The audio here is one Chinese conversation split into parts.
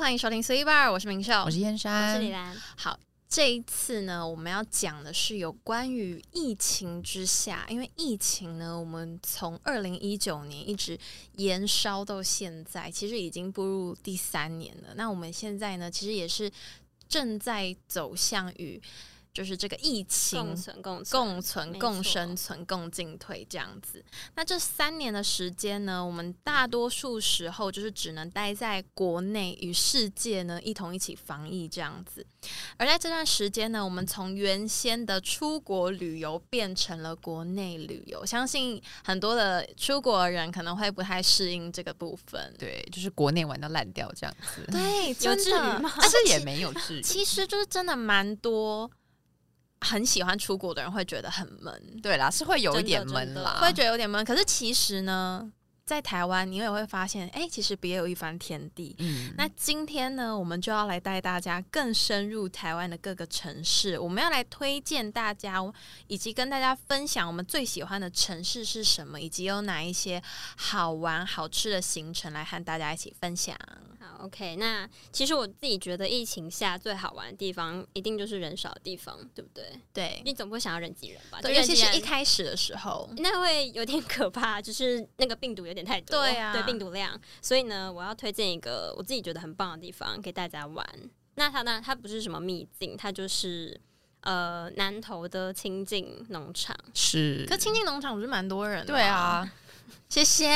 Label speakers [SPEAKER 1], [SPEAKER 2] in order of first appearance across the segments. [SPEAKER 1] 欢迎收听 C Bar，我是明秀，
[SPEAKER 2] 我是燕
[SPEAKER 3] 我
[SPEAKER 2] 山
[SPEAKER 3] 是李。兰，
[SPEAKER 1] 好，这一次呢，我们要讲的是有关于疫情之下，因为疫情呢，我们从二零一九年一直延烧到现在，其实已经步入第三年了。那我们现在呢，其实也是正在走向于就是这个疫情
[SPEAKER 3] 共存共存
[SPEAKER 1] 共存、
[SPEAKER 3] 没
[SPEAKER 1] 共
[SPEAKER 3] 错
[SPEAKER 1] 生存、共进退这样子。那这三年的时间呢，我们大多数时候就是只能待在国内与世界呢一同一起防疫这样子。而在这段时间呢，我们从原先的出国旅游变成了国内旅游，相信很多的出国人可能会不太适应这个部分。
[SPEAKER 2] 对，就是国内玩到烂掉这样子，
[SPEAKER 1] 对，
[SPEAKER 3] 有
[SPEAKER 1] 真
[SPEAKER 3] 至
[SPEAKER 1] 的
[SPEAKER 3] 于吗？
[SPEAKER 2] 但是也没有至于。
[SPEAKER 1] 其实就是真的蛮多很喜欢出国的人会觉得很闷。
[SPEAKER 2] 对啦，是会有一点闷
[SPEAKER 3] 真的
[SPEAKER 2] 啦，
[SPEAKER 3] 真
[SPEAKER 1] 会觉得有点闷。可是其实呢，在台湾你也会发现，哎、其实别有一番天地。
[SPEAKER 2] 嗯，
[SPEAKER 1] 那今天呢，我们就要来带大家更深入台湾的各个城市，我们要来推荐大家，以及跟大家分享我们最喜欢的城市是什么，以及有哪一些好玩好吃的行程来和大家一起分享。
[SPEAKER 3] 好，OK。那其实我自己觉得，疫情下最好玩的地方，一定就是人少的地方，对不对？
[SPEAKER 1] 对，
[SPEAKER 2] 嗯
[SPEAKER 3] 你总不会想要人挤人
[SPEAKER 2] 啊
[SPEAKER 3] 吧？
[SPEAKER 1] 对尤
[SPEAKER 3] 就人
[SPEAKER 1] 其
[SPEAKER 3] 挤
[SPEAKER 1] 是
[SPEAKER 3] 人
[SPEAKER 1] 一开始的时候，
[SPEAKER 3] 那会有点可怕，就是那个病毒有点太多，
[SPEAKER 1] 对啊
[SPEAKER 3] 对病毒量。所以呢，我要推荐一个我自己觉得很棒的地方给大家玩。那它呢，它不是什么秘境，它就是呃南投的清境农场。
[SPEAKER 2] 是
[SPEAKER 1] 可清境农场不是蛮多人的吗
[SPEAKER 2] 对，啊，
[SPEAKER 1] 谢 谢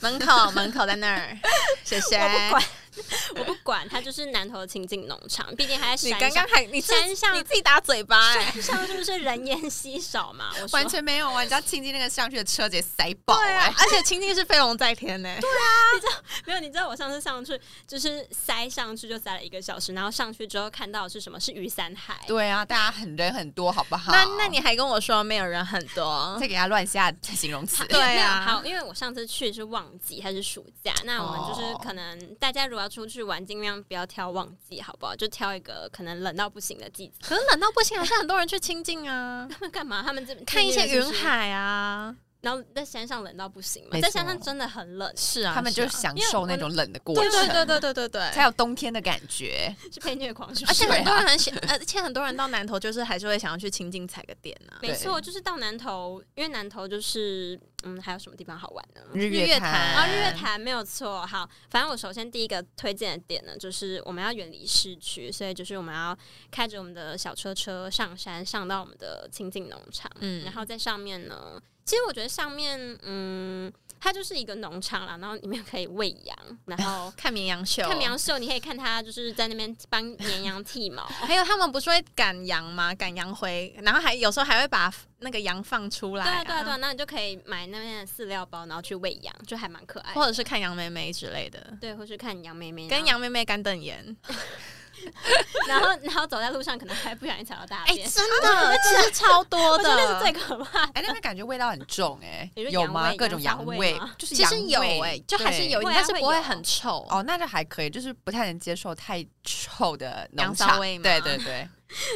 [SPEAKER 1] 门口门口在那儿， 谢谢。
[SPEAKER 3] 我不管， 我不管，它就是南投的清境农场，毕竟还在
[SPEAKER 1] 你
[SPEAKER 3] 山
[SPEAKER 1] 刚
[SPEAKER 3] 上
[SPEAKER 1] 刚。还你自
[SPEAKER 3] 山上
[SPEAKER 1] 你自己打嘴巴哎、
[SPEAKER 3] 山上是不是人烟稀 少嘛？我说
[SPEAKER 2] 完全没有啊！你知道亲近那个上去的车直接塞爆、
[SPEAKER 1] 对
[SPEAKER 2] 欸，
[SPEAKER 1] 啊，而且青青是飞龙在天呢、对，啊
[SPEAKER 3] 没有，你知道我上次上去就是塞上去就塞了一个小时，然后上去之后看到的是什么？是雨伞海。
[SPEAKER 2] 对啊，大家很人很多，好不好？
[SPEAKER 1] 那那你还跟我说没有人很多，
[SPEAKER 2] 再给他乱下形容词，
[SPEAKER 1] 对 啊
[SPEAKER 3] 没有好，因为我上次去是旺季还是暑假，那我们就是
[SPEAKER 2] 哦
[SPEAKER 3] 可能大家如果要出去玩，尽量不要挑旺季，好不好？就挑一个可能冷到不行的季节。
[SPEAKER 1] 可是冷到不行，还是很多人去清境 啊，
[SPEAKER 3] 他们干嘛？他们这
[SPEAKER 1] 看一 些云，
[SPEAKER 3] 这边是不是
[SPEAKER 1] 海啊，
[SPEAKER 3] 然后在山上冷到不行嘛
[SPEAKER 2] 没，错
[SPEAKER 3] 在山上真的很冷，
[SPEAKER 1] 是啊
[SPEAKER 2] 他们就是
[SPEAKER 1] 啊
[SPEAKER 2] 享受那种冷的过程，
[SPEAKER 1] 对对对对对对对。
[SPEAKER 2] 才有冬天的感觉。
[SPEAKER 3] 是被虐狂，是不
[SPEAKER 1] 而
[SPEAKER 3] 是
[SPEAKER 1] 且？很多人很喜，而且很多人到南头就是还是会想要去清境踩个点啊。
[SPEAKER 3] 没错，就是到南投，因为南投就是嗯，还有什么地方好玩呢？
[SPEAKER 2] 日
[SPEAKER 1] 月
[SPEAKER 2] 月
[SPEAKER 1] 潭
[SPEAKER 3] 啊，
[SPEAKER 1] 哦
[SPEAKER 3] 日月潭没有错。好，反正我首先第一个推荐的点呢，就是我们要远离市区，所以就是我们要开着我们的小车车上山，上到我们的清境农场。
[SPEAKER 1] 嗯
[SPEAKER 3] 然后在上面呢，其实我觉得上面，嗯，它就是一个农场啦，然后里面可以喂羊，然 后
[SPEAKER 1] 看绵羊秀，
[SPEAKER 3] 看绵羊秀，你可以看它就是在那边帮绵羊 剃毛。
[SPEAKER 1] 还有他们不是会赶羊吗？赶羊回，然后还有时候还会把那个羊放出来、
[SPEAKER 3] 对啊，对啊，对啊，那你就可以买那边的饲料包，然后去喂羊，就还蛮可爱的。
[SPEAKER 1] 或者是看羊妹妹之类的，
[SPEAKER 3] 对，或是看羊妹妹，
[SPEAKER 1] 跟羊妹妹干瞪眼。
[SPEAKER 3] 然后，然后然后走在路上，可能还不小心踩到大
[SPEAKER 1] 哎、
[SPEAKER 3] 便，
[SPEAKER 1] 真的，其实超多
[SPEAKER 3] 我觉得那
[SPEAKER 1] 的，
[SPEAKER 3] 是最可怕的。
[SPEAKER 2] 哎，那边感觉味道很重哎、
[SPEAKER 3] 你说
[SPEAKER 2] 有
[SPEAKER 3] 羊
[SPEAKER 2] 吗？
[SPEAKER 3] 味
[SPEAKER 2] 各种
[SPEAKER 3] 羊
[SPEAKER 2] 羊
[SPEAKER 3] 骚味
[SPEAKER 2] 味
[SPEAKER 3] 吗，
[SPEAKER 2] 就是
[SPEAKER 1] 其实
[SPEAKER 2] 羊
[SPEAKER 1] 有
[SPEAKER 2] 味
[SPEAKER 1] 哎、就还是
[SPEAKER 2] 对
[SPEAKER 1] 有，哎
[SPEAKER 3] 对
[SPEAKER 1] 但是
[SPEAKER 3] 会
[SPEAKER 1] 不会
[SPEAKER 3] 有
[SPEAKER 1] 很臭。
[SPEAKER 2] 哦，那就还可以，就是不太能接受太臭的农
[SPEAKER 1] 羊骚
[SPEAKER 2] 场
[SPEAKER 1] 味吗
[SPEAKER 2] 对 对对，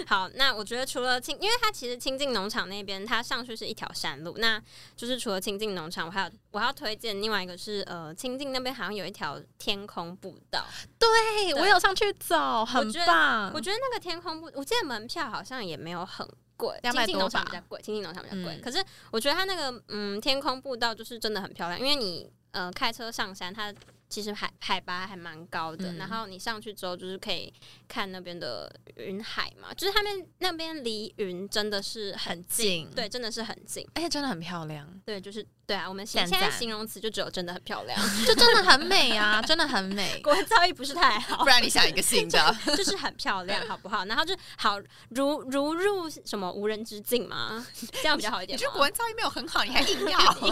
[SPEAKER 3] 好，那我觉得除了清，因为它其实清境农场那边，它上去是一条山路，那就是除了清境农场，我还有我还要推荐另外一个是呃，清境那边好像有一条天空步道，
[SPEAKER 1] 对，
[SPEAKER 3] 对
[SPEAKER 1] 我有上去走，很
[SPEAKER 3] 觉得
[SPEAKER 1] 棒
[SPEAKER 3] 我。觉得那个天空步，我记得门票好像也没有很。贵，
[SPEAKER 1] 200
[SPEAKER 3] 清境农
[SPEAKER 1] 多吧
[SPEAKER 3] 场比较贵，清境农场比较贵。
[SPEAKER 1] 嗯
[SPEAKER 3] 可是我觉得它那个嗯天空步道就是真的很漂亮，因为你呃开车上山，它其实海海拔还蛮高的，
[SPEAKER 1] 嗯
[SPEAKER 3] 然后你上去之后就是可以看那边的云海嘛，就是他们那边离云真的是很近，
[SPEAKER 1] 近
[SPEAKER 3] 对，真的是很近，
[SPEAKER 1] 而且真的很漂亮，
[SPEAKER 3] 对，就是对啊，我们
[SPEAKER 1] 赞
[SPEAKER 3] 现在
[SPEAKER 1] 赞
[SPEAKER 3] 形容词就只有真的 很漂亮，
[SPEAKER 1] 就真的很美啊，真的很 美。
[SPEAKER 3] 国文造诣不是太好
[SPEAKER 2] 不，然你想一个新 的，
[SPEAKER 3] 就是很漂亮，好不好？然后就好如如入什么无人之境嘛，这样比较好
[SPEAKER 2] 你
[SPEAKER 3] 一点
[SPEAKER 2] 觉得
[SPEAKER 3] 吗。
[SPEAKER 2] 国文造诣没有很好，你还硬要？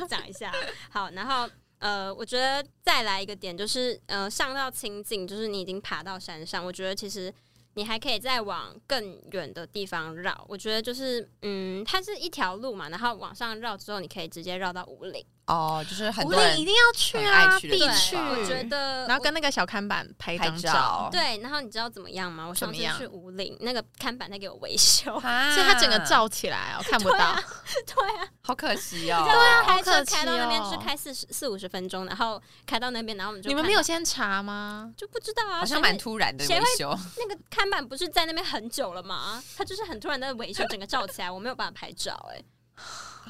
[SPEAKER 3] 要讲一下，好，然后呃，我觉得再来一个点就是呃，上到清境，就是你已经爬到山上，我觉得其实。你还可以再往更远的地方绕，我觉得就是，嗯，它是一条路嘛，然后往上绕之后，你可以直接绕到五岭，
[SPEAKER 2] 哦，就是很
[SPEAKER 1] 五
[SPEAKER 2] 多
[SPEAKER 1] 岭一
[SPEAKER 2] 人
[SPEAKER 1] 定要去
[SPEAKER 2] 很
[SPEAKER 1] 啊，
[SPEAKER 2] 爱去的
[SPEAKER 1] 必
[SPEAKER 2] 地
[SPEAKER 3] 对，
[SPEAKER 2] 方
[SPEAKER 1] 去。
[SPEAKER 3] 我觉得
[SPEAKER 1] 然后跟那个小看板拍
[SPEAKER 2] 拍
[SPEAKER 1] 张
[SPEAKER 2] 照，
[SPEAKER 3] 对，然后你知道怎么样吗？我
[SPEAKER 1] 怎
[SPEAKER 3] 上
[SPEAKER 1] 么
[SPEAKER 3] 次
[SPEAKER 1] 样
[SPEAKER 3] 去五岭，那个看板在给我维修，
[SPEAKER 2] 啊
[SPEAKER 1] 所以它整个照起来哦，看不到。
[SPEAKER 3] 对啊，
[SPEAKER 2] 好可惜哦，
[SPEAKER 3] 啊，
[SPEAKER 1] 好
[SPEAKER 3] 开
[SPEAKER 1] 可
[SPEAKER 3] 车开到那边
[SPEAKER 1] 惜哦
[SPEAKER 3] 就是开四十四五十分钟，然后开到那边，然后我们就
[SPEAKER 1] 你们
[SPEAKER 3] 看
[SPEAKER 1] 没有
[SPEAKER 3] 到
[SPEAKER 1] 先查吗？
[SPEAKER 3] 就不知道啊，
[SPEAKER 2] 好像
[SPEAKER 3] 谁
[SPEAKER 2] 蛮
[SPEAKER 3] 会
[SPEAKER 2] 突然的
[SPEAKER 3] 谁
[SPEAKER 2] 维
[SPEAKER 3] 会
[SPEAKER 2] 修，
[SPEAKER 3] 那个看板不是在那边很久了吗？他就是很突然的维修，整个罩起来，我没有办法拍照、哎，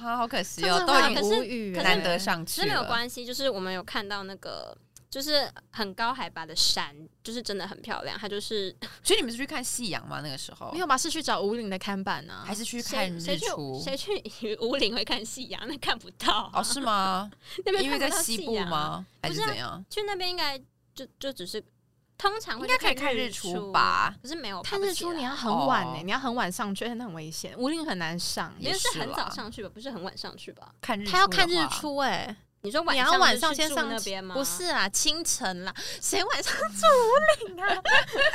[SPEAKER 2] 啊，好可惜
[SPEAKER 1] 真
[SPEAKER 2] 哦，
[SPEAKER 1] 的
[SPEAKER 2] 都
[SPEAKER 1] 吗
[SPEAKER 2] 已
[SPEAKER 1] 可
[SPEAKER 2] 经
[SPEAKER 1] 是
[SPEAKER 2] 无
[SPEAKER 1] 语
[SPEAKER 3] 可是
[SPEAKER 2] 难得上
[SPEAKER 3] 其
[SPEAKER 2] 去
[SPEAKER 3] 实没有
[SPEAKER 2] 了，
[SPEAKER 3] 关系，就是我们有看到那个。就是很高海拔的山，就是真的很漂亮。它就是
[SPEAKER 2] 所以你们是去看夕阳吗？那个时候
[SPEAKER 1] 没有吧？是去找五岭的看板啊呢
[SPEAKER 2] 还？是去看
[SPEAKER 3] 谁
[SPEAKER 2] 日
[SPEAKER 3] 谁去
[SPEAKER 2] 出？
[SPEAKER 3] 谁去五岭会看夕阳？ 那看不到、
[SPEAKER 2] 哦，是吗？
[SPEAKER 3] 那边
[SPEAKER 2] 因为
[SPEAKER 3] 看
[SPEAKER 2] 在
[SPEAKER 3] 不到
[SPEAKER 2] 西
[SPEAKER 3] 夕
[SPEAKER 2] 部
[SPEAKER 3] 阳？
[SPEAKER 2] 吗？还
[SPEAKER 3] 不
[SPEAKER 2] 是
[SPEAKER 3] 是啊
[SPEAKER 2] 怎样？
[SPEAKER 3] 去那边应该就就只是通常会
[SPEAKER 2] 应该
[SPEAKER 3] 去
[SPEAKER 2] 可以看日
[SPEAKER 3] 日
[SPEAKER 2] 出吧？
[SPEAKER 3] 可是没有
[SPEAKER 1] 看日啊出你
[SPEAKER 3] 你
[SPEAKER 1] 要很晚
[SPEAKER 2] 哦
[SPEAKER 1] 呢，你要很晚上去，真的很危险。五岭很难上，
[SPEAKER 3] 因为
[SPEAKER 2] 也
[SPEAKER 3] 是
[SPEAKER 2] 是
[SPEAKER 3] 很
[SPEAKER 2] 啦
[SPEAKER 3] 早上去吧，不是很晚上去吧？
[SPEAKER 2] 看日出，
[SPEAKER 1] 他要看日，出哎，
[SPEAKER 3] 你说晚
[SPEAKER 1] 你
[SPEAKER 3] 上
[SPEAKER 1] 要晚上
[SPEAKER 3] 就
[SPEAKER 1] 先
[SPEAKER 3] 是住
[SPEAKER 1] 上
[SPEAKER 3] 那
[SPEAKER 1] 去
[SPEAKER 3] 边吗？
[SPEAKER 1] 不是啊，清晨啦，谁晚上住五岭啊？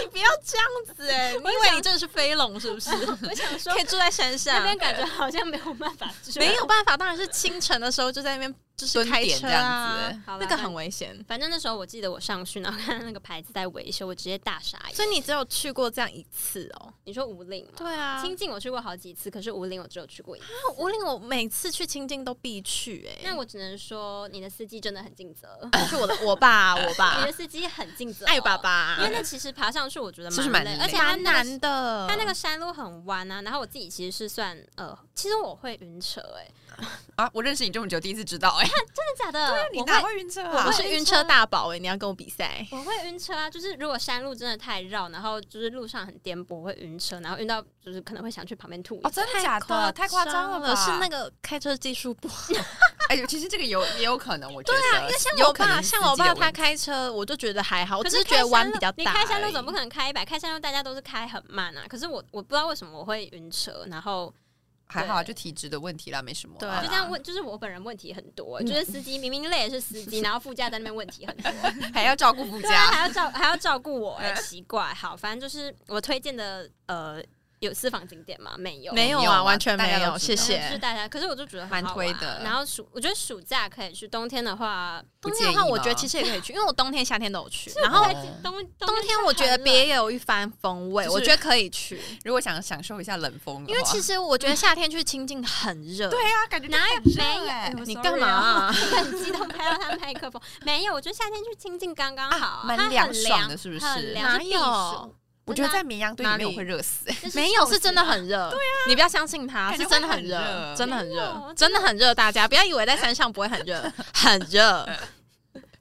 [SPEAKER 1] 你不要这样子哎，你以为你真的是飞龙是不是？
[SPEAKER 3] 我想说
[SPEAKER 1] 可以住在山
[SPEAKER 3] 那
[SPEAKER 1] 上，
[SPEAKER 3] 边感觉好像没有办法住，
[SPEAKER 1] 没有办法，当然是清晨的时候就在那边就是
[SPEAKER 2] 蹲
[SPEAKER 1] 开
[SPEAKER 2] 点
[SPEAKER 1] 车
[SPEAKER 2] 这样
[SPEAKER 1] 啊
[SPEAKER 2] 子，
[SPEAKER 3] 欸好啦
[SPEAKER 1] 那个很危险。
[SPEAKER 3] 反正那时候我记得我上去，然后看到那个牌子在维修，我直接大傻眼。
[SPEAKER 1] 所以你只有去过这样一次哦？
[SPEAKER 3] 你说五岭吗？
[SPEAKER 1] 对啊
[SPEAKER 3] 清境我去过好几次，可是五岭我只有去过一次。
[SPEAKER 1] 五岭我每次去清境都必去哎、
[SPEAKER 3] 那我只能说，你的司机真的很尽责，
[SPEAKER 1] 那是我的我爸，我
[SPEAKER 3] 你
[SPEAKER 1] 爸
[SPEAKER 3] 的司机很尽责，
[SPEAKER 1] 爱爸。爸
[SPEAKER 3] 因，为那其实爬上去，我觉得
[SPEAKER 2] 是不是
[SPEAKER 3] 蛮
[SPEAKER 2] 蛮
[SPEAKER 3] 累，
[SPEAKER 2] 累
[SPEAKER 3] 而且它
[SPEAKER 1] 蛮
[SPEAKER 3] 那个
[SPEAKER 1] 难的。
[SPEAKER 3] 它那个山路很弯啊，然后我自己其实是算呃，其实我会晕车、哎，
[SPEAKER 2] 啊！我认识你这么久，第一次知道哎、
[SPEAKER 3] 真的假的？
[SPEAKER 2] 你
[SPEAKER 3] 我
[SPEAKER 2] 哪
[SPEAKER 3] 会
[SPEAKER 2] 会晕车
[SPEAKER 1] 我
[SPEAKER 2] 啊
[SPEAKER 1] 不？是晕车大宝哎、你要跟我比赛？
[SPEAKER 3] 我会晕车啊，就是如果山路真的太绕，然后就是路上很颠簸，我会晕车，然后晕到就是可能会想去旁边吐一下。
[SPEAKER 2] 哦，真的假的？太夸张了吧？
[SPEAKER 1] 是那个开车技术不好。
[SPEAKER 2] 哎、其实这个有也有可能，我觉得对啊，因为像
[SPEAKER 1] 我爸像我爸他开车，我就觉得还好，我
[SPEAKER 3] 可
[SPEAKER 1] 只
[SPEAKER 3] 是
[SPEAKER 1] 是觉得弯比较
[SPEAKER 3] 开
[SPEAKER 1] 大而已。
[SPEAKER 3] 山路你开山路总不可能开一百，开山路大家都是开很慢啊。可是我我不知道为什么我会晕车，然后
[SPEAKER 2] 还好啊，就体质的问题啦，没什么
[SPEAKER 1] 对
[SPEAKER 2] 啦。
[SPEAKER 1] 啊嗯
[SPEAKER 3] 就这样问，就是我本人问题很多，就是司机明明累的是司 机，然后副驾在那边问题很多，
[SPEAKER 2] 还要照顾附
[SPEAKER 3] 对啊，
[SPEAKER 2] 加。
[SPEAKER 3] 还要照还要照顾 我，哎，奇怪。好，反正就是我推荐的呃，有私房景点吗？没有，
[SPEAKER 1] 没有
[SPEAKER 2] 没有
[SPEAKER 1] 啊，
[SPEAKER 2] 啊
[SPEAKER 1] 完全
[SPEAKER 2] 大家
[SPEAKER 1] 没
[SPEAKER 2] 都
[SPEAKER 1] 有，
[SPEAKER 2] 知
[SPEAKER 1] 谢
[SPEAKER 2] 道
[SPEAKER 3] 然后就是
[SPEAKER 1] 谢。
[SPEAKER 3] 大家，可是我就觉得很
[SPEAKER 2] 蛮
[SPEAKER 3] 好
[SPEAKER 2] 推
[SPEAKER 3] 玩啊
[SPEAKER 2] 的
[SPEAKER 3] 然后暑，我觉得暑假可以去，冬天的话，
[SPEAKER 1] 冬
[SPEAKER 2] 不
[SPEAKER 1] 天的
[SPEAKER 2] 介
[SPEAKER 1] 话，
[SPEAKER 2] 意
[SPEAKER 1] 我
[SPEAKER 2] 吗
[SPEAKER 1] 觉得其实也可以去，因为我冬天、夏天都有去。然
[SPEAKER 3] 后
[SPEAKER 1] 后
[SPEAKER 2] 哦
[SPEAKER 3] 冬
[SPEAKER 1] 冬
[SPEAKER 3] 冬
[SPEAKER 1] 天我觉得
[SPEAKER 3] 很冷
[SPEAKER 1] 别有一番风味，
[SPEAKER 2] 就是
[SPEAKER 1] 我觉得可以 去，
[SPEAKER 2] 如果想享受一下冷风的话，
[SPEAKER 1] 啊因为其实我觉得夏天去清境很热。
[SPEAKER 2] 对啊，感觉
[SPEAKER 3] 哪有
[SPEAKER 2] 就很热
[SPEAKER 3] 没有？
[SPEAKER 2] 哎
[SPEAKER 3] 哎我
[SPEAKER 1] 你
[SPEAKER 3] sorry
[SPEAKER 1] 干嘛
[SPEAKER 3] 啊
[SPEAKER 1] 啊？
[SPEAKER 3] 我很激动拍到他麦克风，没有，我觉得夏天去清静刚刚好啊，
[SPEAKER 2] 蛮
[SPEAKER 3] 它很
[SPEAKER 2] 凉爽的
[SPEAKER 3] 凉
[SPEAKER 2] 是不是
[SPEAKER 3] 很凉
[SPEAKER 1] 哪
[SPEAKER 3] 是避
[SPEAKER 1] 有
[SPEAKER 3] 暑啊
[SPEAKER 2] 我觉得在绵羊堆里
[SPEAKER 1] 哪
[SPEAKER 2] 面
[SPEAKER 1] 里
[SPEAKER 2] 我会热死。
[SPEAKER 3] 这是
[SPEAKER 1] 没有，
[SPEAKER 3] 臭
[SPEAKER 1] 是真的
[SPEAKER 3] 死
[SPEAKER 1] 很热。对啊，你不要相信它，
[SPEAKER 2] 感
[SPEAKER 1] 是
[SPEAKER 2] 觉
[SPEAKER 1] 真的很
[SPEAKER 2] 会很
[SPEAKER 1] 热，
[SPEAKER 2] 热
[SPEAKER 1] 真的很
[SPEAKER 3] 没
[SPEAKER 1] 热
[SPEAKER 3] 有，
[SPEAKER 1] 真的很热。大家不要以为在山上不会很 热，很热，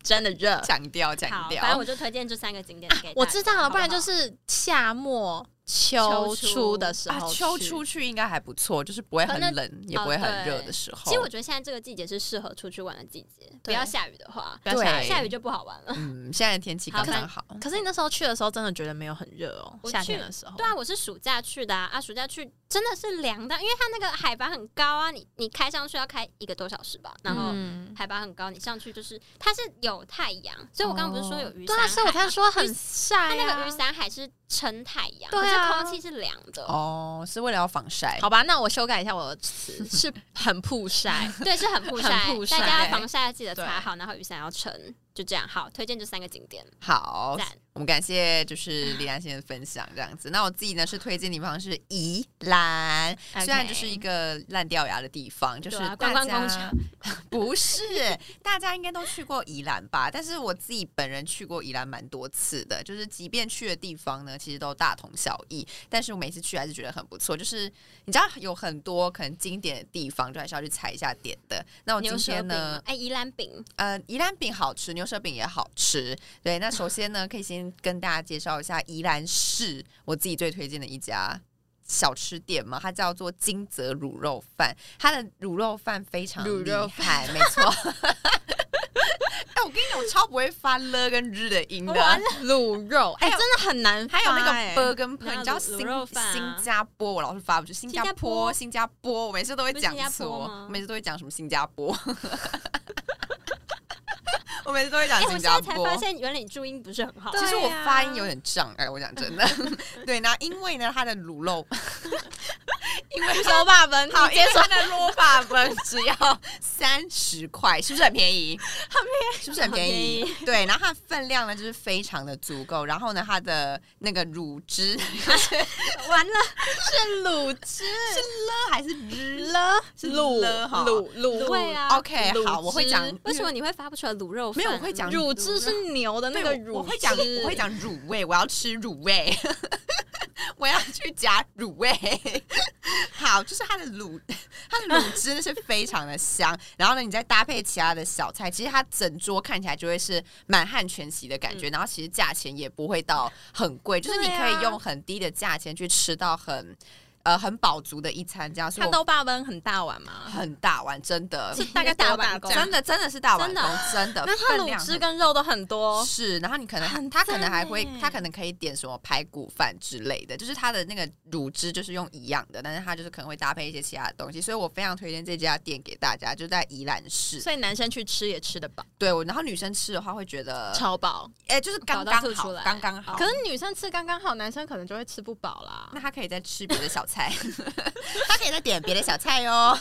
[SPEAKER 1] 真的热。
[SPEAKER 2] 强调强
[SPEAKER 3] 好，反正
[SPEAKER 2] 调
[SPEAKER 3] 我，就推荐这三个景点给大家。
[SPEAKER 1] 啊我知道
[SPEAKER 3] 好
[SPEAKER 1] 了，
[SPEAKER 3] 好
[SPEAKER 1] 不然就是夏末秋
[SPEAKER 3] 秋初
[SPEAKER 1] 初的时
[SPEAKER 2] 啊，
[SPEAKER 1] 候去，
[SPEAKER 2] 秋出去应该还不错，就是不会很
[SPEAKER 3] 可
[SPEAKER 2] 冷，也
[SPEAKER 3] 哦
[SPEAKER 2] 不会很
[SPEAKER 3] 对
[SPEAKER 2] 热的时候。
[SPEAKER 3] 其实我觉得现在这个季节是适合出去玩的季节，不
[SPEAKER 1] 对
[SPEAKER 3] 要下雨的话，
[SPEAKER 1] 不要下
[SPEAKER 2] 对
[SPEAKER 1] 雨。
[SPEAKER 3] 下雨就不好玩了。
[SPEAKER 2] 嗯，现在的天气
[SPEAKER 3] 好
[SPEAKER 2] 刚刚好。
[SPEAKER 1] 可是你那时候去的时候，真的觉得没有很热哦，
[SPEAKER 3] 我
[SPEAKER 1] 夏天
[SPEAKER 3] 去
[SPEAKER 1] 的时候。
[SPEAKER 3] 对啊，我是暑假去的啊，啊暑假去真的是凉到，因为它那个海拔很高啊，你你开上去要开一个多小时吧，然后
[SPEAKER 1] 嗯
[SPEAKER 3] 海拔很高，你上去就是它是有太阳，所以我刚刚不是说有
[SPEAKER 2] 哦
[SPEAKER 3] 雨伞
[SPEAKER 1] 对
[SPEAKER 3] 海吗、
[SPEAKER 1] 啊，所以我才说很
[SPEAKER 3] 它
[SPEAKER 1] 晒
[SPEAKER 3] 那
[SPEAKER 1] 啊
[SPEAKER 3] 个雨。伞海是撑太阳，
[SPEAKER 1] 对啊
[SPEAKER 3] 可是空气是凉的，
[SPEAKER 2] 哦，是为了要防晒。
[SPEAKER 1] 好吧，那我修改一下我的词，是很曝 晒。
[SPEAKER 3] 对， 是很曝晒，
[SPEAKER 1] 很曝晒
[SPEAKER 3] 大
[SPEAKER 2] 欸
[SPEAKER 3] 家防晒要记得
[SPEAKER 1] 对
[SPEAKER 3] 擦好，然后雨伞要撑，就这样。好，推荐这三个景点，
[SPEAKER 2] 好
[SPEAKER 3] 赞，
[SPEAKER 2] 我们感谢就是李安先生分享这样子。那我自己呢是推荐地方是宜兰，虽然就是一个烂掉牙的地方，就是
[SPEAKER 3] 对啊
[SPEAKER 2] 大家
[SPEAKER 3] 观光工厂
[SPEAKER 2] 不是大家应该都去过宜兰吧？但是我自己本人去过宜兰蛮多次的，就是即便去的地方呢，其实都大同小异，但是我每次去还是觉得很不错。就是你知道有很多可能经典的地方，就还是要去踩一下点的。那我哦今
[SPEAKER 3] 牛舌
[SPEAKER 2] 天
[SPEAKER 3] 饼
[SPEAKER 2] 呢
[SPEAKER 3] 嘛，，哎，宜兰饼，
[SPEAKER 2] 呃，宜兰饼好吃，牛舌饼也好吃。对，那首先呢，可以先跟大家介绍一下宜兰市我自己最推荐的一家小吃店嘛，它叫做金泽卤肉饭，它的卤肉饭非常
[SPEAKER 1] 卤
[SPEAKER 2] 厉
[SPEAKER 1] 肉
[SPEAKER 2] 害，没错。 哎、我跟你讲，我超不会发了跟日的音的。啊
[SPEAKER 1] 完了卤肉，哎，真的很难发哎。
[SPEAKER 2] 还有那个 burger
[SPEAKER 3] 那
[SPEAKER 2] p 你知道
[SPEAKER 3] 卤
[SPEAKER 2] 新
[SPEAKER 3] 卤肉饭啊
[SPEAKER 2] 新加坡，我老是发不出新加
[SPEAKER 3] 新加
[SPEAKER 2] 坡，
[SPEAKER 3] 坡
[SPEAKER 2] 新加坡，我每次都会
[SPEAKER 3] 不是
[SPEAKER 2] 讲
[SPEAKER 3] 新加坡
[SPEAKER 2] 错
[SPEAKER 3] 吗，
[SPEAKER 2] 我每次都会讲什么新加 坡，我每次都会讲
[SPEAKER 3] 哎，
[SPEAKER 2] 啊
[SPEAKER 3] 我
[SPEAKER 2] 新
[SPEAKER 3] 现
[SPEAKER 2] 加
[SPEAKER 3] 在才
[SPEAKER 2] 坡
[SPEAKER 3] 发。现原来你注音不是很好，
[SPEAKER 1] 对
[SPEAKER 2] 其实我
[SPEAKER 1] 啊
[SPEAKER 2] 哎
[SPEAKER 3] 啊
[SPEAKER 2] 发音有点障碍，我讲真的。对，那因为呢，它的卤肉，
[SPEAKER 3] 因为收爸本，
[SPEAKER 2] 好，
[SPEAKER 3] 你
[SPEAKER 2] 因
[SPEAKER 3] 接
[SPEAKER 2] 为
[SPEAKER 3] 受
[SPEAKER 2] 它的罗法本只要三十块，是不是很便宜？
[SPEAKER 1] 很便宜。
[SPEAKER 2] 是不是很便宜？对，然后它的分量呢，就是非常的足够。然后呢，它的那个乳汁
[SPEAKER 3] 完了，
[SPEAKER 1] 是卤汁，
[SPEAKER 2] 还 是汁
[SPEAKER 1] 了
[SPEAKER 2] 是
[SPEAKER 1] 卤
[SPEAKER 2] 了哈
[SPEAKER 1] 卤卤
[SPEAKER 3] 对啊
[SPEAKER 2] ？OK，
[SPEAKER 1] 卤
[SPEAKER 2] 好，我会
[SPEAKER 1] 汁
[SPEAKER 2] 讲
[SPEAKER 3] 为什么你会发不出来卤肉饭？
[SPEAKER 2] 没有我会讲
[SPEAKER 1] 乳汁是牛的那
[SPEAKER 2] 对
[SPEAKER 1] 个
[SPEAKER 2] 我
[SPEAKER 1] 乳汁，
[SPEAKER 2] 我会讲，我会讲乳味，我要吃乳味， 我要去夹乳味。好，就是它的卤，它的卤汁是非常的香。然后呢，你再搭配其他的小菜，其实它整桌看起来就会是满汉全席的
[SPEAKER 1] 嗯
[SPEAKER 2] 感觉。然后其实价钱也不会到很贵，就是你
[SPEAKER 3] 对
[SPEAKER 2] 可
[SPEAKER 3] 啊
[SPEAKER 2] 以用很低的价钱去吃到很呃很饱足的一餐，这样。所以
[SPEAKER 1] 它
[SPEAKER 2] 我
[SPEAKER 1] 都霸奔很大碗嘛，
[SPEAKER 2] 很大碗，真的
[SPEAKER 3] 是。
[SPEAKER 1] 大概
[SPEAKER 3] 大
[SPEAKER 1] 多
[SPEAKER 3] 碗
[SPEAKER 1] 大
[SPEAKER 3] 公
[SPEAKER 1] 这样
[SPEAKER 2] 真的真的是大碗
[SPEAKER 3] 真的
[SPEAKER 2] 公，真的，
[SPEAKER 1] 那它
[SPEAKER 2] 分量
[SPEAKER 1] 卤汁
[SPEAKER 2] 很
[SPEAKER 1] 跟肉都很多，
[SPEAKER 2] 是，然后你可能
[SPEAKER 1] 很
[SPEAKER 2] 他可能
[SPEAKER 1] 赞
[SPEAKER 2] 还会
[SPEAKER 1] 欸，
[SPEAKER 2] 他可能可以点什么排骨饭之类的，就是他的那个乳汁就是用一样的，但是他就是可能会搭配一些其他的东西，所以我非常推荐这家店给大家，就在宜兰市。
[SPEAKER 1] 所以男生去吃也吃得饱，
[SPEAKER 2] 对，我然后女生吃的话会觉得，
[SPEAKER 1] 超饱。
[SPEAKER 2] 哎、就是刚
[SPEAKER 3] 搞到
[SPEAKER 2] 刚
[SPEAKER 3] 吐出
[SPEAKER 2] 好，
[SPEAKER 3] 来
[SPEAKER 2] 刚刚好。
[SPEAKER 1] 可是女生吃刚刚好，男生可能就会吃不饱啦
[SPEAKER 2] 那。他可以再吃别的小菜， 他可以再点别的小菜哦。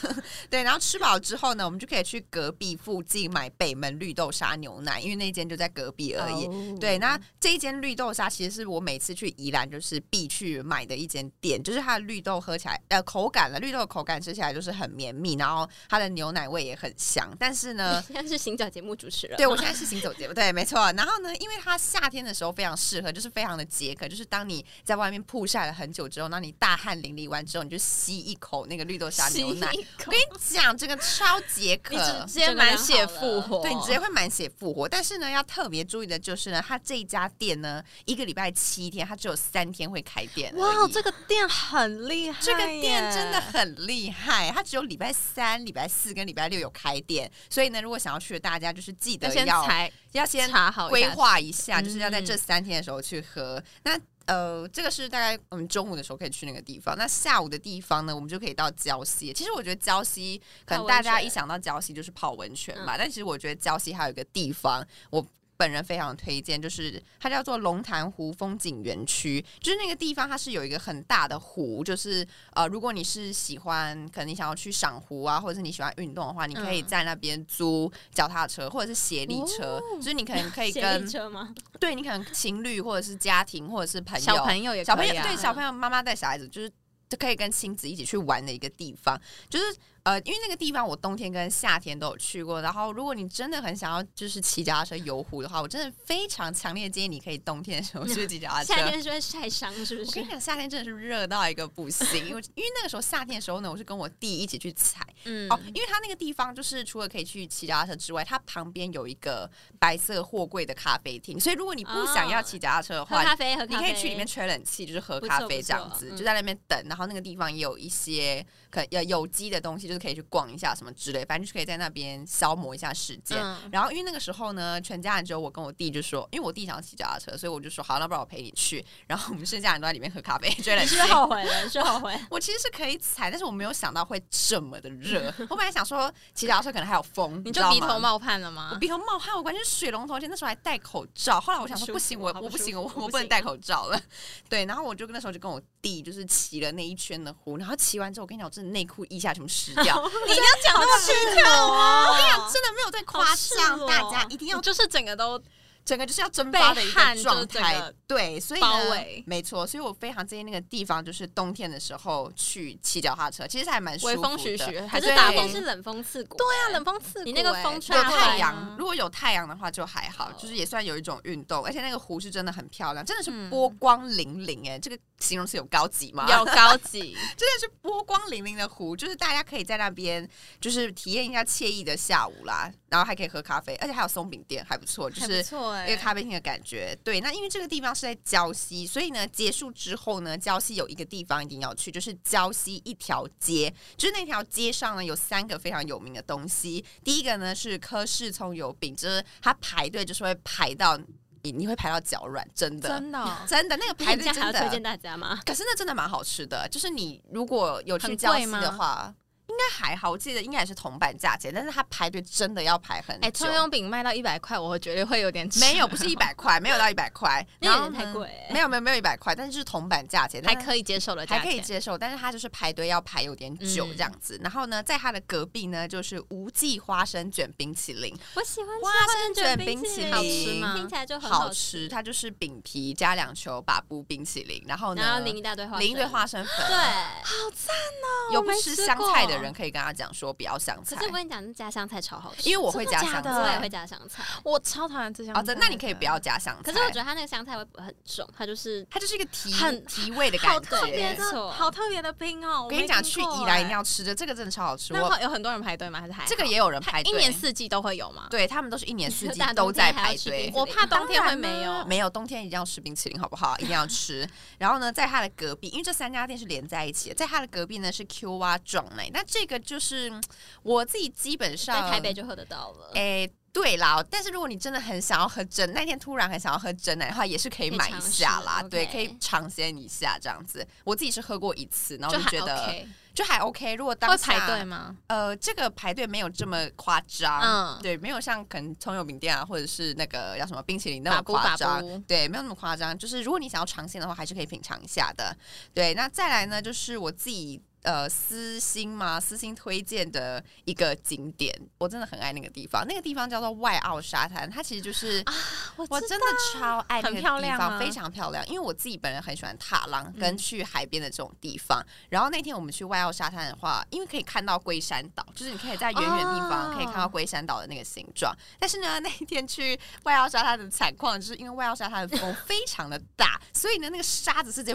[SPEAKER 2] 对，然后吃饱之后呢，我们就可以去隔壁附近买北门绿豆沙牛奶，因为那间就在隔壁而已。
[SPEAKER 1] 哦
[SPEAKER 2] 对，那这一间绿豆沙其实是我每次去宜兰就是必去买的一间店，就是它的绿豆喝起来，呃，口感了，绿豆的口感吃起来就是很绵密，然后它的牛奶味也很香，但是呢
[SPEAKER 3] 你。 现在是行脚节目主持人，
[SPEAKER 2] 对，我现在是行走节目，对，没错。然后呢，因为它夏天的时候非常适合，就是非常的解渴，就是当你在外面曝晒了很久之后，那你大汗淋漓完之后，你就吸一口那个绿豆沙牛奶，
[SPEAKER 1] 吸一
[SPEAKER 2] 我
[SPEAKER 1] 口
[SPEAKER 2] 跟你讲，这个超解 渴，
[SPEAKER 1] 你直接满血复活，
[SPEAKER 2] 对你直接会满血复活。但是呢，要特别注意的就是呢，它这一家店呢，一个礼拜七天，它只有三天会开店而已。
[SPEAKER 1] 哇，这个店很厉害耶，
[SPEAKER 2] 这个店真的很厉害，它只有礼拜三、礼拜四跟礼拜六有开店，所以呢，如果想要去的大家就是记
[SPEAKER 1] 要
[SPEAKER 2] 得
[SPEAKER 1] 先
[SPEAKER 2] 要
[SPEAKER 1] 才
[SPEAKER 2] 要先
[SPEAKER 1] 查好一
[SPEAKER 2] 规
[SPEAKER 1] 下
[SPEAKER 2] 划一下，就是要在
[SPEAKER 1] 嗯
[SPEAKER 2] 这三天的时候去喝。那呃，这个是大概我们中午的时候可以去那个地方，那下午的地方呢，我们就可以到礁溪。其实我觉得礁溪，可能大
[SPEAKER 3] 泡
[SPEAKER 2] 家
[SPEAKER 3] 温泉
[SPEAKER 2] 一想到礁溪就是泡温泉
[SPEAKER 1] 嗯
[SPEAKER 2] 嘛，但其实我觉得礁溪还有一个地方，我。本人非常推荐，就是它叫做龙潭湖风景园区，就是那个地方它是有一个很大的湖，就是呃，如果你是喜欢，可能你想要去赏湖啊，或者是你喜欢运动的话，你可以
[SPEAKER 1] 嗯
[SPEAKER 2] 在那边租脚踏车或者是斜力车，
[SPEAKER 1] 哦
[SPEAKER 2] 就是你可能可以
[SPEAKER 3] 斜
[SPEAKER 2] 跟
[SPEAKER 3] 立车吗？
[SPEAKER 2] 对你可能情侣或者是家庭或者是朋友
[SPEAKER 1] 小朋友也
[SPEAKER 2] 小朋友
[SPEAKER 1] 可以啊
[SPEAKER 2] 对小朋友妈妈带小孩子就是。就可以跟亲子一起去玩的一个地方，就是呃，因为那个地方我冬天跟夏天都有去过。然后，如果你真的很想要就是骑脚踏车游湖的话，我真的非常强烈建议你可以冬天的时候去骑脚踏车。
[SPEAKER 3] 夏天是会晒伤，是不
[SPEAKER 2] 我跟
[SPEAKER 3] 是
[SPEAKER 2] 你？讲，夏天真的是热到一个不行，因为因为那个时候夏天的时候呢，我是跟我弟一起去踩，
[SPEAKER 1] 嗯
[SPEAKER 2] 哦，因为它那个地方就是除了可以去骑脚踏车之外，它旁边有一个白色货柜的咖啡厅，所以如果你不想要骑脚踏车的
[SPEAKER 3] 哦喝
[SPEAKER 2] 话，
[SPEAKER 3] 咖啡，喝
[SPEAKER 2] 你
[SPEAKER 3] 咖
[SPEAKER 2] 可
[SPEAKER 3] 啡，
[SPEAKER 2] 以去里面吹冷气，就是喝
[SPEAKER 3] 不
[SPEAKER 2] 咖
[SPEAKER 3] 错
[SPEAKER 2] 啡
[SPEAKER 3] 不
[SPEAKER 2] 这样
[SPEAKER 3] 错
[SPEAKER 2] 子，
[SPEAKER 3] 嗯
[SPEAKER 2] 就在那边等。然后那个地方也有一些可有有机的东西，就是可以去逛一下什么之类，反正就是可以在那边消磨一下时间。
[SPEAKER 1] 嗯
[SPEAKER 2] 然后因为那个时候呢，全家人只有我跟我弟，就说因为我弟想要骑脚踏车，所以我就说好，那不然我陪你去。然后我们剩下人都在里面喝咖啡、吹冷
[SPEAKER 3] 你
[SPEAKER 2] 气
[SPEAKER 3] 是不。是后悔 了？你是不是后悔？
[SPEAKER 2] 我其实是可以踩，但是我没有想到会这么的热。我本来想说骑脚踏车可能还有风，
[SPEAKER 1] 你
[SPEAKER 2] 知
[SPEAKER 1] 就
[SPEAKER 2] 道
[SPEAKER 1] 鼻
[SPEAKER 2] 吗
[SPEAKER 1] 头冒汗了
[SPEAKER 2] 我
[SPEAKER 1] 吗？
[SPEAKER 2] 鼻头冒汗，我完全是水龙头，而且那时候还戴口罩。后来我想说
[SPEAKER 3] 好不舒服
[SPEAKER 2] 不行，我
[SPEAKER 3] 好不
[SPEAKER 2] 我不行，我
[SPEAKER 3] 舒服我不
[SPEAKER 2] 我不能
[SPEAKER 3] 行
[SPEAKER 2] 戴口罩了。对，然后我就那时候就跟我弟就是骑了那一圈的湖，然后骑完之后，我跟你讲，我真的内裤一下全部湿掉。 你一定要讲那么
[SPEAKER 1] 赤裸
[SPEAKER 2] 我跟你
[SPEAKER 1] 啊！
[SPEAKER 2] 讲，真的没有在
[SPEAKER 3] 好
[SPEAKER 2] 夸
[SPEAKER 3] 赤
[SPEAKER 2] 张，
[SPEAKER 3] 裸
[SPEAKER 2] 大
[SPEAKER 3] 哦
[SPEAKER 2] 家一定要
[SPEAKER 1] 就是整个都
[SPEAKER 2] 整个就是要蒸发的一个状
[SPEAKER 1] 被汗就是整
[SPEAKER 2] 态
[SPEAKER 1] 个，
[SPEAKER 2] 对，所以呢
[SPEAKER 1] 包围
[SPEAKER 2] 没错，所以我非常建议那个地方，就是冬天的时候去骑脚踏车，其实还蛮舒服
[SPEAKER 1] 微
[SPEAKER 2] 的
[SPEAKER 1] 风徐徐，还
[SPEAKER 3] 可
[SPEAKER 1] 是
[SPEAKER 3] 是
[SPEAKER 1] 大
[SPEAKER 3] 大
[SPEAKER 1] 风
[SPEAKER 3] 风
[SPEAKER 2] 对
[SPEAKER 3] 是冷风刺骨，
[SPEAKER 1] 对啊，冷风刺骨，
[SPEAKER 3] 你那个
[SPEAKER 1] 欸啊
[SPEAKER 3] 风吹
[SPEAKER 2] 有
[SPEAKER 3] 大
[SPEAKER 2] 太
[SPEAKER 3] 风
[SPEAKER 2] 阳，如
[SPEAKER 1] 果
[SPEAKER 2] 果有太阳的话就还好，
[SPEAKER 3] 哦
[SPEAKER 2] 就是也算有一种运动，而且那个湖是真的很漂亮，真的是
[SPEAKER 1] 嗯
[SPEAKER 2] 波光粼粼哎，这个形容词有高级吗？
[SPEAKER 1] 有高 级，
[SPEAKER 2] 真的是波光粼粼的湖，就是大家可以在那边就是体验一下惬意的下午啦，然后还可以喝咖啡，而且还有松饼店，还不错，就
[SPEAKER 1] 还
[SPEAKER 2] 是
[SPEAKER 1] 不错哎
[SPEAKER 2] 一个，咖啡厅的感觉。对，那因为这个地方是在礁溪，所以呢，结束之后呢，礁溪有一个地方一定要去，就是礁溪一条街，就是那条街上呢有三个非常有名的东西。第一个呢是科氏葱油饼，就是它排队就是会排到你，你会排到脚软，真的，
[SPEAKER 1] 真的哦
[SPEAKER 2] 真的那个排
[SPEAKER 3] 寒
[SPEAKER 2] 队
[SPEAKER 3] 假
[SPEAKER 2] 真
[SPEAKER 3] 哎还要推荐
[SPEAKER 2] 的。
[SPEAKER 3] 大家吗？
[SPEAKER 2] 可是那真的蛮好吃的，就是你如果有去
[SPEAKER 1] 很
[SPEAKER 2] 礁
[SPEAKER 1] 贵
[SPEAKER 2] 溪
[SPEAKER 1] 吗
[SPEAKER 2] 的话，应应该还好，我记得应该也是铜板价钱，但是它排队真的要排很
[SPEAKER 1] 哎，
[SPEAKER 2] 久。
[SPEAKER 1] 葱油饼卖到一百块，我觉得会有点
[SPEAKER 2] 没有，不是一百块，没有到一百块，
[SPEAKER 3] 那
[SPEAKER 2] 然
[SPEAKER 3] 有
[SPEAKER 2] 后
[SPEAKER 3] 点太
[SPEAKER 2] 呢
[SPEAKER 3] 贵欸
[SPEAKER 2] 没有没有没有一百块，但是就是铜板价钱，
[SPEAKER 1] 还
[SPEAKER 2] 但是
[SPEAKER 1] 可以接受的价
[SPEAKER 2] 还
[SPEAKER 1] 钱，
[SPEAKER 2] 可以接受，但是它就是排队要排有点久
[SPEAKER 1] 嗯
[SPEAKER 2] 这样子。然后呢，在它的隔壁呢，就是无记花生卷冰淇淋，
[SPEAKER 3] 我喜欢吃
[SPEAKER 2] 花生卷
[SPEAKER 3] 冰
[SPEAKER 2] 冰淇
[SPEAKER 3] 淋，
[SPEAKER 2] 淋
[SPEAKER 1] 好吃吗
[SPEAKER 3] 听起来就很
[SPEAKER 2] 好吃，
[SPEAKER 3] 吃，
[SPEAKER 2] 它就是饼皮加两球把布冰淇淋，然后呢，
[SPEAKER 3] 然后淋一大堆花，
[SPEAKER 2] 淋一堆，花生粉。
[SPEAKER 3] 对，
[SPEAKER 2] 有
[SPEAKER 1] 我
[SPEAKER 2] 不
[SPEAKER 1] 没
[SPEAKER 2] 吃
[SPEAKER 1] 吃
[SPEAKER 2] 香菜
[SPEAKER 1] 过
[SPEAKER 2] 的人可以跟他讲说不要香菜
[SPEAKER 3] 可是，我跟你讲，加香菜超好吃，
[SPEAKER 2] 因为我会
[SPEAKER 1] 真
[SPEAKER 2] 加
[SPEAKER 1] 的假
[SPEAKER 2] 香
[SPEAKER 1] 的
[SPEAKER 3] 我也
[SPEAKER 2] 菜
[SPEAKER 3] 会。加香菜，
[SPEAKER 1] 我超讨厌吃香
[SPEAKER 2] 哦，
[SPEAKER 1] 菜
[SPEAKER 2] 真
[SPEAKER 1] 的，
[SPEAKER 2] 那你可以不要加香菜。
[SPEAKER 3] 可是我觉得它那个香菜味很重，它就是
[SPEAKER 2] 它就是一个提
[SPEAKER 1] 很
[SPEAKER 2] 提味的
[SPEAKER 1] 好
[SPEAKER 2] 感
[SPEAKER 1] 特别
[SPEAKER 2] 觉
[SPEAKER 1] 的。
[SPEAKER 3] 没错
[SPEAKER 1] 好特别的冰哦！
[SPEAKER 2] 我跟你讲，
[SPEAKER 1] 没
[SPEAKER 2] 去
[SPEAKER 1] 听过
[SPEAKER 2] 宜兰
[SPEAKER 1] 哎
[SPEAKER 2] 一定要吃的，这个真的超好吃。
[SPEAKER 1] 那
[SPEAKER 2] 我
[SPEAKER 1] 会有很多人排队吗？还是还好
[SPEAKER 2] 这个也有人排
[SPEAKER 1] 一
[SPEAKER 2] 队，
[SPEAKER 1] 年四季都会有吗？
[SPEAKER 2] 对他们都是一年四 季
[SPEAKER 3] 大冬
[SPEAKER 2] 都在
[SPEAKER 3] 天还要
[SPEAKER 2] 排
[SPEAKER 3] 吃
[SPEAKER 2] 队
[SPEAKER 3] 冰。淇
[SPEAKER 1] 我怕冬天会没
[SPEAKER 2] 当然啦啊
[SPEAKER 1] 有。
[SPEAKER 2] 没有冬天一定要吃冰淇淋，好不好？一定要吃。然后呢，在它的隔壁，因为这三家店是连在一起的，在它的隔壁呢是 Q 蛙撞奶，那这个就是嗯我自己基本
[SPEAKER 3] 在
[SPEAKER 2] 上
[SPEAKER 3] 台北就喝得到了。
[SPEAKER 2] 哎、对啦，但是如果你真的很想要喝真，那天突然很想要喝真奶的话，也是可以
[SPEAKER 3] 可以
[SPEAKER 2] 买一
[SPEAKER 3] 尝试
[SPEAKER 2] 下啦，
[SPEAKER 3] ，OK
[SPEAKER 2] 对，可以尝鲜一下这样子。我自己是喝过一次，然后
[SPEAKER 1] 就
[SPEAKER 2] 就
[SPEAKER 1] 还
[SPEAKER 2] 觉得
[SPEAKER 1] OK，
[SPEAKER 2] 就还 OK。如果当
[SPEAKER 1] 会
[SPEAKER 2] 下
[SPEAKER 1] 排队吗？
[SPEAKER 2] 呃，这个排队没有这么夸张，
[SPEAKER 1] 嗯
[SPEAKER 2] 对，没有像可能葱油饼店啊，或者是那个叫什么冰淇淋那么
[SPEAKER 1] 把布
[SPEAKER 2] 夸
[SPEAKER 1] 把
[SPEAKER 2] 张
[SPEAKER 1] 布，
[SPEAKER 2] 对，没有那么夸张。就是如果你想要尝鲜的话，还是可以品尝一下的。对，那再来呢，就是我自己。呃，私心嘛，私心推荐的一个景点，我真的很爱那个地方。那个地方叫做外澳沙滩，它其实就是
[SPEAKER 1] 啊
[SPEAKER 2] 我真的超爱那
[SPEAKER 1] 很
[SPEAKER 2] 个地
[SPEAKER 1] 漂亮
[SPEAKER 2] 方，
[SPEAKER 1] 吗
[SPEAKER 2] 非常漂亮。因为我自己本人很喜欢踏浪跟
[SPEAKER 1] 嗯
[SPEAKER 2] 去海边的这种地方。然后那天我们去外澳沙滩的话，因为可以看到龟山岛，就是你可以在远远地方
[SPEAKER 1] 哦
[SPEAKER 2] 可以看到龟山岛的那个形状。但是呢，那一天去外澳沙滩的惨况，就是因为外澳沙滩的风 非常的大，所以呢，那个沙子是直接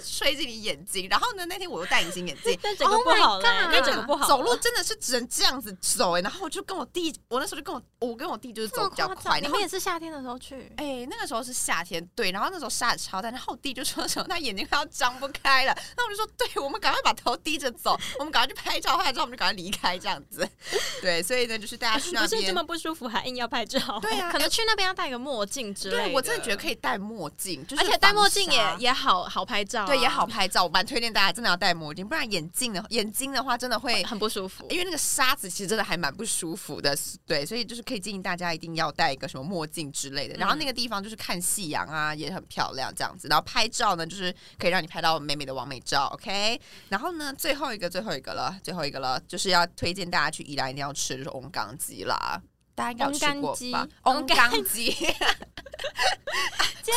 [SPEAKER 2] 吹进你眼睛。然后呢，那天我又戴隐形眼镜，
[SPEAKER 3] 但整个不好了，
[SPEAKER 1] God
[SPEAKER 3] ，Oh 但哎整个不好了，
[SPEAKER 2] 走路真的是只能这样子走哎、然后我就跟我弟，我那时候就跟我我跟我弟就是
[SPEAKER 1] 这
[SPEAKER 2] 走
[SPEAKER 1] 么
[SPEAKER 2] 比较
[SPEAKER 1] 夸
[SPEAKER 2] 快，
[SPEAKER 1] 张？你
[SPEAKER 2] 然后
[SPEAKER 1] 们也是夏天的时候去？
[SPEAKER 2] 哎、那个时候是夏天，对，然后那时候晒得超大，然后我弟就说什么他眼睛快要张不开了，那我就说，对，我们赶快把头低着走，我们赶快去拍照，拍完照我们就赶快离开这样子，对，所以呢，就是大家去那
[SPEAKER 3] 不是这
[SPEAKER 2] 边，
[SPEAKER 3] 么不舒服还硬要拍照，
[SPEAKER 2] 对啊，
[SPEAKER 1] 可能去那边要戴个墨镜之类
[SPEAKER 2] 对我真的觉得可以戴墨镜，就是
[SPEAKER 1] 而且戴
[SPEAKER 2] 防
[SPEAKER 1] 墨镜也
[SPEAKER 2] 沙。
[SPEAKER 1] 也好好拍照啊，
[SPEAKER 2] 对，也好拍照，我蛮推荐大家真的要戴墨镜，不然眼镜的眼睛的话，真的 会
[SPEAKER 1] 很不舒服。
[SPEAKER 2] 因为那个沙子其实真的还蛮不舒服的，对，所以就是可以建议大家一定要戴一个什么墨镜之类的。然后那个地方就是看夕阳啊，也很漂亮这样子。然后拍照呢，就是可以让你拍到美美的完美照，OK。然后呢，最后一个，最后一个了，最后一个了，就是要推荐大家去宜兰一定要吃的就是翁冈鸡啦。大家应该有吃过吧？
[SPEAKER 3] 翁
[SPEAKER 2] 翁
[SPEAKER 3] 冈
[SPEAKER 2] 冈鸡
[SPEAKER 3] 今天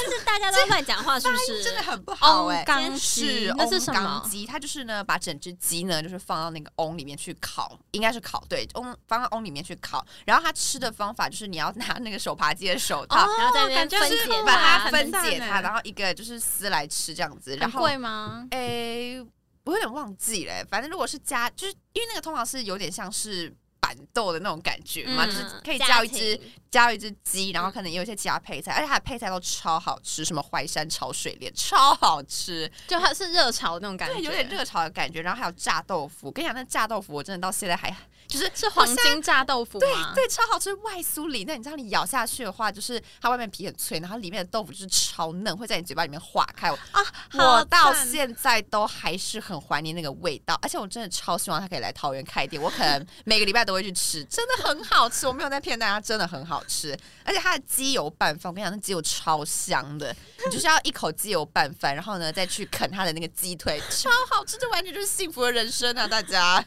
[SPEAKER 3] 是大家都乱讲话，是不 是？
[SPEAKER 2] 真的很不好哎、
[SPEAKER 1] 翁冈
[SPEAKER 3] 真
[SPEAKER 1] 鸡
[SPEAKER 2] 是
[SPEAKER 1] 那是什
[SPEAKER 2] 翁冈
[SPEAKER 1] 么？
[SPEAKER 2] 鸡，它就是呢，把整只鸡呢，就是放到那个瓮里面去烤，应该是烤，对，瓮放到瓮里面去烤。然后它吃的方法就是你要拿那个手扒鸡的手套，
[SPEAKER 3] 然后在那边
[SPEAKER 1] 感觉是
[SPEAKER 3] 分解
[SPEAKER 2] 把它
[SPEAKER 3] 它
[SPEAKER 2] 分
[SPEAKER 1] 哦很
[SPEAKER 2] 解
[SPEAKER 1] 赞
[SPEAKER 2] 它，
[SPEAKER 1] 欸
[SPEAKER 2] 然后一个就是撕来吃这样子。然
[SPEAKER 1] 很
[SPEAKER 2] 后
[SPEAKER 1] 贵吗？
[SPEAKER 2] 诶，我有点忘记了，欸反正如果是加，就是因为那个通常是有点像是。板豆的那种感觉
[SPEAKER 1] 嗯
[SPEAKER 2] 嘛，就是可以
[SPEAKER 3] 家
[SPEAKER 2] 叫一只
[SPEAKER 3] 庭
[SPEAKER 2] 加一只鸡，然后可能也有一些其他配菜，而且它的配菜都超好吃，什么淮山炒水莲超好吃，
[SPEAKER 1] 就它是热潮那种感觉，
[SPEAKER 2] 对，有点热潮的感觉。然后还有炸豆腐，跟你讲，那炸豆腐我真的到现在还就是
[SPEAKER 1] 是黄金炸豆腐
[SPEAKER 2] 对
[SPEAKER 1] 吗？
[SPEAKER 2] 对，超好吃，外酥里嫩。你知道你咬下去的话，就是它外面皮很脆，然后里面的豆腐就是超嫩，会在你嘴巴里面化开。我
[SPEAKER 1] 啊，
[SPEAKER 2] 我
[SPEAKER 1] 好
[SPEAKER 2] 到
[SPEAKER 1] 赞
[SPEAKER 2] 现在都还是很怀念那个味道，而且我真的超希望它可以来桃园开店，我可能每个礼拜都会去吃，真的很好吃，我没有在骗大家，真的很好吃。 而且它的鸡油拌饭，我跟你讲，那鸡油超香的，你就是要一口鸡油拌饭，然后呢再去啃它的那个鸡腿，超好吃，这完全就是幸福的人生啊，大家。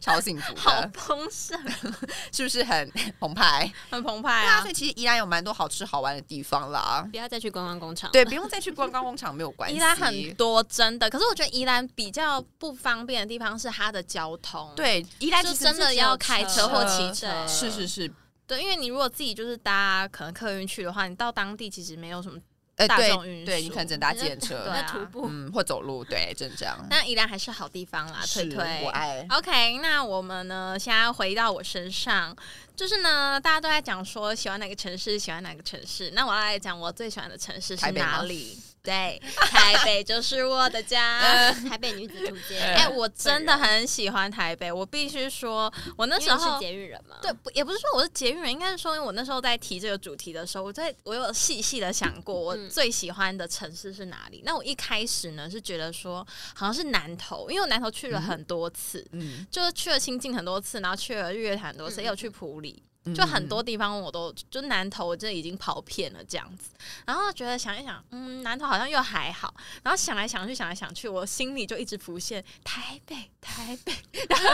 [SPEAKER 2] 超幸福
[SPEAKER 3] 好
[SPEAKER 2] 的，
[SPEAKER 3] 丰盛，
[SPEAKER 2] 是不是很澎湃？
[SPEAKER 1] 很澎湃
[SPEAKER 2] 对啊，
[SPEAKER 1] 啊
[SPEAKER 2] 所！以其实宜兰有蛮多好吃好玩的地方啦。
[SPEAKER 3] 不要再去观光工厂。
[SPEAKER 2] 对，不用再 去观光工厂，没有关系。
[SPEAKER 1] 宜兰很多真的，可是我觉得宜兰比较不方便的地方是它的交通，，
[SPEAKER 2] 对，宜兰
[SPEAKER 1] 就
[SPEAKER 2] 其实
[SPEAKER 1] 真的
[SPEAKER 2] 只有
[SPEAKER 1] 要开
[SPEAKER 2] 车
[SPEAKER 1] 车或骑车，
[SPEAKER 3] 对
[SPEAKER 2] 是是是，
[SPEAKER 1] 对，因为你如果自己就是搭可能客运去的话，你到当地其实没有什么。
[SPEAKER 2] 呃，
[SPEAKER 1] 大
[SPEAKER 2] 对
[SPEAKER 1] 众运输
[SPEAKER 2] 对，你可能只能搭电
[SPEAKER 1] 对
[SPEAKER 2] 车，
[SPEAKER 1] 啊
[SPEAKER 3] 那徒步
[SPEAKER 2] 嗯，或走路，对，真的这样。
[SPEAKER 1] 但宜兰还是好地方啦，推
[SPEAKER 2] 是
[SPEAKER 1] 推
[SPEAKER 2] 我。爱
[SPEAKER 1] OK，那我们呢，现在回到我身上，就是呢，大家都在讲说喜欢哪个城市，喜欢哪个城市。那我要来讲我最喜欢的城市是
[SPEAKER 2] 台北吗
[SPEAKER 1] 哪里？
[SPEAKER 3] 对，台北就是我 的家，啊台北女子图鉴。
[SPEAKER 1] 哎、我真的很喜欢台北，我必须说，我那
[SPEAKER 3] 因
[SPEAKER 1] 时
[SPEAKER 3] 为你是
[SPEAKER 1] 候
[SPEAKER 3] 捷运人嘛，
[SPEAKER 1] 对，不也不是说我是捷运人，应该是说我那时候在提这个主题的时候，我在我有细细的想过我
[SPEAKER 3] 嗯
[SPEAKER 1] 最喜欢的城市是哪里。那我一开始呢是觉得说好像是南投，因为我南投去了很多次，
[SPEAKER 2] 嗯，
[SPEAKER 1] 就是去了清境很多次，然后去了日月潭很多次，
[SPEAKER 3] 嗯
[SPEAKER 1] 也有去埔里。
[SPEAKER 2] 嗯
[SPEAKER 1] 就很多地方我都就南投这已经跑遍了这样子，然后觉得想一想，嗯，南投好像又还好，然后想来想去想来想去，我心里就一直浮现台北台北， 然后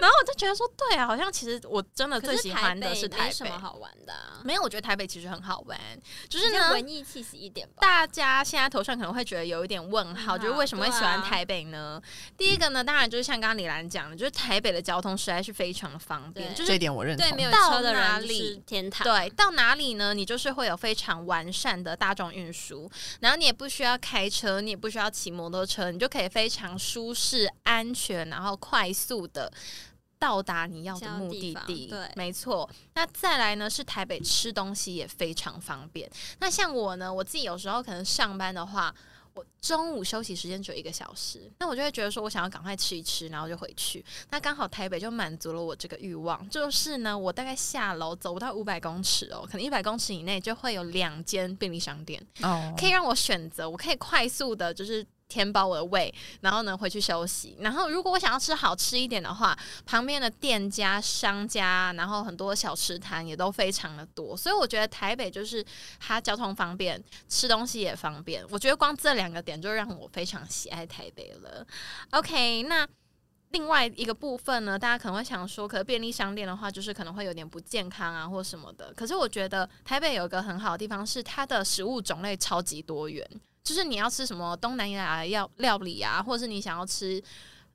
[SPEAKER 1] 然后我就觉得说，对啊，好像其实我真的
[SPEAKER 3] 可
[SPEAKER 1] 最喜欢的
[SPEAKER 3] 是
[SPEAKER 1] 是
[SPEAKER 3] 台北
[SPEAKER 1] 台
[SPEAKER 3] 没什
[SPEAKER 1] 北
[SPEAKER 3] 么，好玩的啊，
[SPEAKER 1] 没有，我觉得台北其实很好玩，就是
[SPEAKER 3] 比
[SPEAKER 1] 呢
[SPEAKER 3] 较，文艺气息一点吧。
[SPEAKER 1] 大家现在头上可能会觉得有一点问号，
[SPEAKER 3] 嗯
[SPEAKER 1] 就是为什么会喜欢
[SPEAKER 3] 对啊
[SPEAKER 1] 台北呢？第一个呢，当然就是像刚刚李兰讲的，就是台北的交通实在是非常的方便，
[SPEAKER 3] 对
[SPEAKER 1] 就是
[SPEAKER 2] 这一点我认同。
[SPEAKER 3] 对，没有
[SPEAKER 1] 到
[SPEAKER 3] 车的
[SPEAKER 1] 哪
[SPEAKER 3] 人就
[SPEAKER 1] 里
[SPEAKER 3] 是天堂。
[SPEAKER 1] 对，到哪里呢？你就是会有非常完善的大众运输，然后你也不需要开车，你也不需要骑摩托车，你就可以非常舒适、安全，然后快速的。到达你要的
[SPEAKER 3] 到
[SPEAKER 1] 目
[SPEAKER 3] 地
[SPEAKER 1] 的
[SPEAKER 3] 方
[SPEAKER 1] 地，
[SPEAKER 3] 对
[SPEAKER 1] 没错。那再来呢，是台北吃东西也非常方便。那像我呢，我自己有时候可能上班的话，我中午休息时间只有一个小时，那我就会觉得说我想要赶快吃一吃，然后就回去。那刚好台北就满足了我这个欲望，就是呢，我大概下楼走不到五百公尺哦，可能一百公尺以内就会有两间便利商店，
[SPEAKER 2] 哦
[SPEAKER 1] 可以让我选择，我可以快速的，就是。填饱我的胃，然后呢回去休息。然后如果我想要吃好吃一点的话，旁边的店家、商家，然后很多小吃摊也都非常的多。所以我觉得台北就是它交通方便，吃东西也方便。我觉得光这两个点就让我非常喜爱台北了。OK，那另外一个部分呢，大家可能会想说，可是便利商店的话，就是可能会有点不健康啊，或什么的。可是我觉得台北有一个很好的地方是，它的食物种类超级多元，就是你要吃什么东南亚料料理啊，或是你想要吃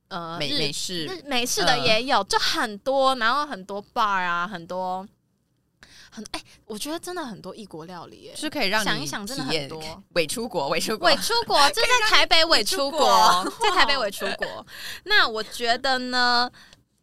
[SPEAKER 1] 呃
[SPEAKER 2] 美
[SPEAKER 1] 日
[SPEAKER 2] 美式嗯
[SPEAKER 1] 日美式的也有，就很多，然后很多 bar 啊，很多很哎、我觉得真的很多异国料理耶、
[SPEAKER 2] 是可以让你
[SPEAKER 1] 想一想真的
[SPEAKER 2] 体验
[SPEAKER 1] 很多。
[SPEAKER 2] 伪出国，伪出国
[SPEAKER 1] 伪，出国， 这是在台北伪出国，在台北伪出国。那我觉得呢，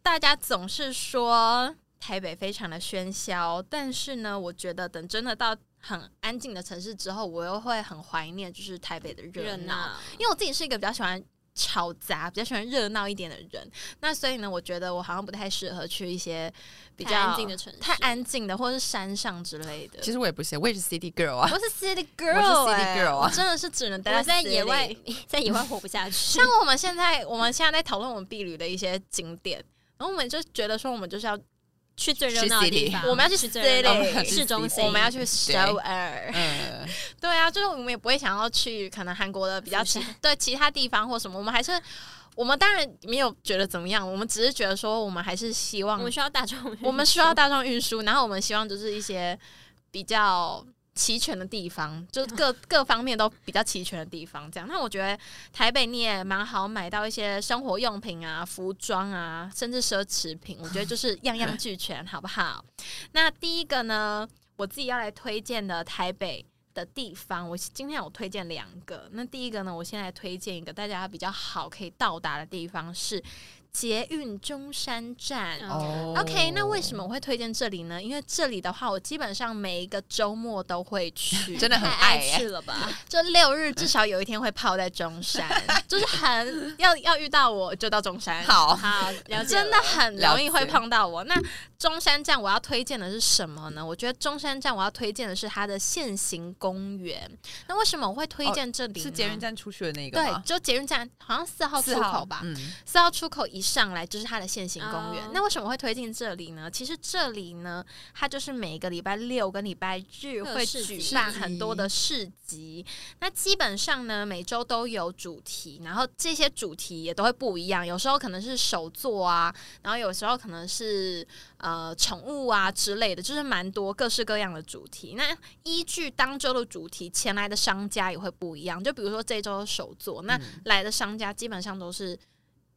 [SPEAKER 1] 大家总是说台北非常的喧嚣，但是呢，我觉得等真的到很安静的城市之后，我又会很怀念就是台北的热
[SPEAKER 3] 热
[SPEAKER 1] 闹，
[SPEAKER 3] 闹，
[SPEAKER 1] 因为我自己是一个比较喜欢。吵杂，比较喜欢热闹一点的人，那所以呢，我觉得我好像不太适合去一些比较
[SPEAKER 3] 太安静的城市，
[SPEAKER 1] 太安静的，或是山上之类的。
[SPEAKER 2] 其实我也不是，我也是 City Girl 啊。
[SPEAKER 1] 我是 city
[SPEAKER 2] 是
[SPEAKER 1] girl，
[SPEAKER 2] city
[SPEAKER 1] 哎
[SPEAKER 2] girl
[SPEAKER 1] 我
[SPEAKER 2] 啊
[SPEAKER 1] 真的是只能待
[SPEAKER 3] 我在
[SPEAKER 1] city
[SPEAKER 3] 野外， 在野外活不下去
[SPEAKER 1] 像。我们现在，我们现在在讨论我们避旅的一些景点，然后我们就觉得说，我们就是要
[SPEAKER 3] 去最热闹的地方，
[SPEAKER 1] 我们要去
[SPEAKER 3] 最热闹的地方
[SPEAKER 1] city
[SPEAKER 3] 市中心，
[SPEAKER 1] 我们要去首尔，
[SPEAKER 2] 嗯，
[SPEAKER 1] 对啊，就是我们也不会想要去可能韩国的比较其
[SPEAKER 3] 釜
[SPEAKER 1] 对其他地方或什么，我们还是我们当然没有觉得怎么样，我们只是觉得说我们还是希
[SPEAKER 3] 我
[SPEAKER 1] 望
[SPEAKER 3] 们需要大众运输，
[SPEAKER 1] 我们需要大众运输，然后我们希望就是一些比较齐全的地方，就是各各方面都比较齐全的地方。这样，那我觉得台北你也蛮好买到一些生活用品啊、服装啊，甚至奢侈品，我觉得就是样样俱全，好不好？那第一个呢，我自己要来推荐的台北。的地方，我今天有推荐两个。那第一个呢，我先来推荐一个大家比较好可以到达的地方是捷运中山站。
[SPEAKER 3] 嗯
[SPEAKER 2] 哦
[SPEAKER 1] OK，那为什么我会推荐这里呢？因为这里的话，我基本上每一个周末都会去，
[SPEAKER 2] 真的很
[SPEAKER 3] 太
[SPEAKER 2] 爱
[SPEAKER 3] 爱去
[SPEAKER 2] 欸？
[SPEAKER 3] 了吧？
[SPEAKER 1] 就六日至少有一天会泡在中 山，就是很要要遇到我就到中山，
[SPEAKER 2] 好，
[SPEAKER 3] 好，了解了
[SPEAKER 1] 真的很容易
[SPEAKER 2] 了解
[SPEAKER 1] 会碰到我。那中山站我要推荐的是什么呢？我觉得中山站我要推荐的是它的现行公园。那为什么我会推荐这里呢、
[SPEAKER 2] 哦是捷运站出去的那个
[SPEAKER 1] 对，
[SPEAKER 2] 吗？
[SPEAKER 1] 就捷运站好像四号出
[SPEAKER 2] 四号
[SPEAKER 1] 口吧，
[SPEAKER 2] 嗯，
[SPEAKER 1] 四号出口一上来就是它的现行公园。
[SPEAKER 3] 哦
[SPEAKER 1] 那为什么会推荐这里呢？其实这里呢，它就是每个礼拜六跟礼拜日
[SPEAKER 3] 会有
[SPEAKER 1] 会
[SPEAKER 3] 市
[SPEAKER 1] 举
[SPEAKER 3] 集
[SPEAKER 1] 办很多的市集。那基本上呢，每周都有主题，然后这些主题也都会不一样。有时候可能是手作啊，然后有时候可能是呃宠物啊之类的，就是蛮多各式各样的主题。那依据当周的主题，前来的商家也会不一样。就比如说这周手作，那
[SPEAKER 2] 嗯
[SPEAKER 1] 来的商家基本上都是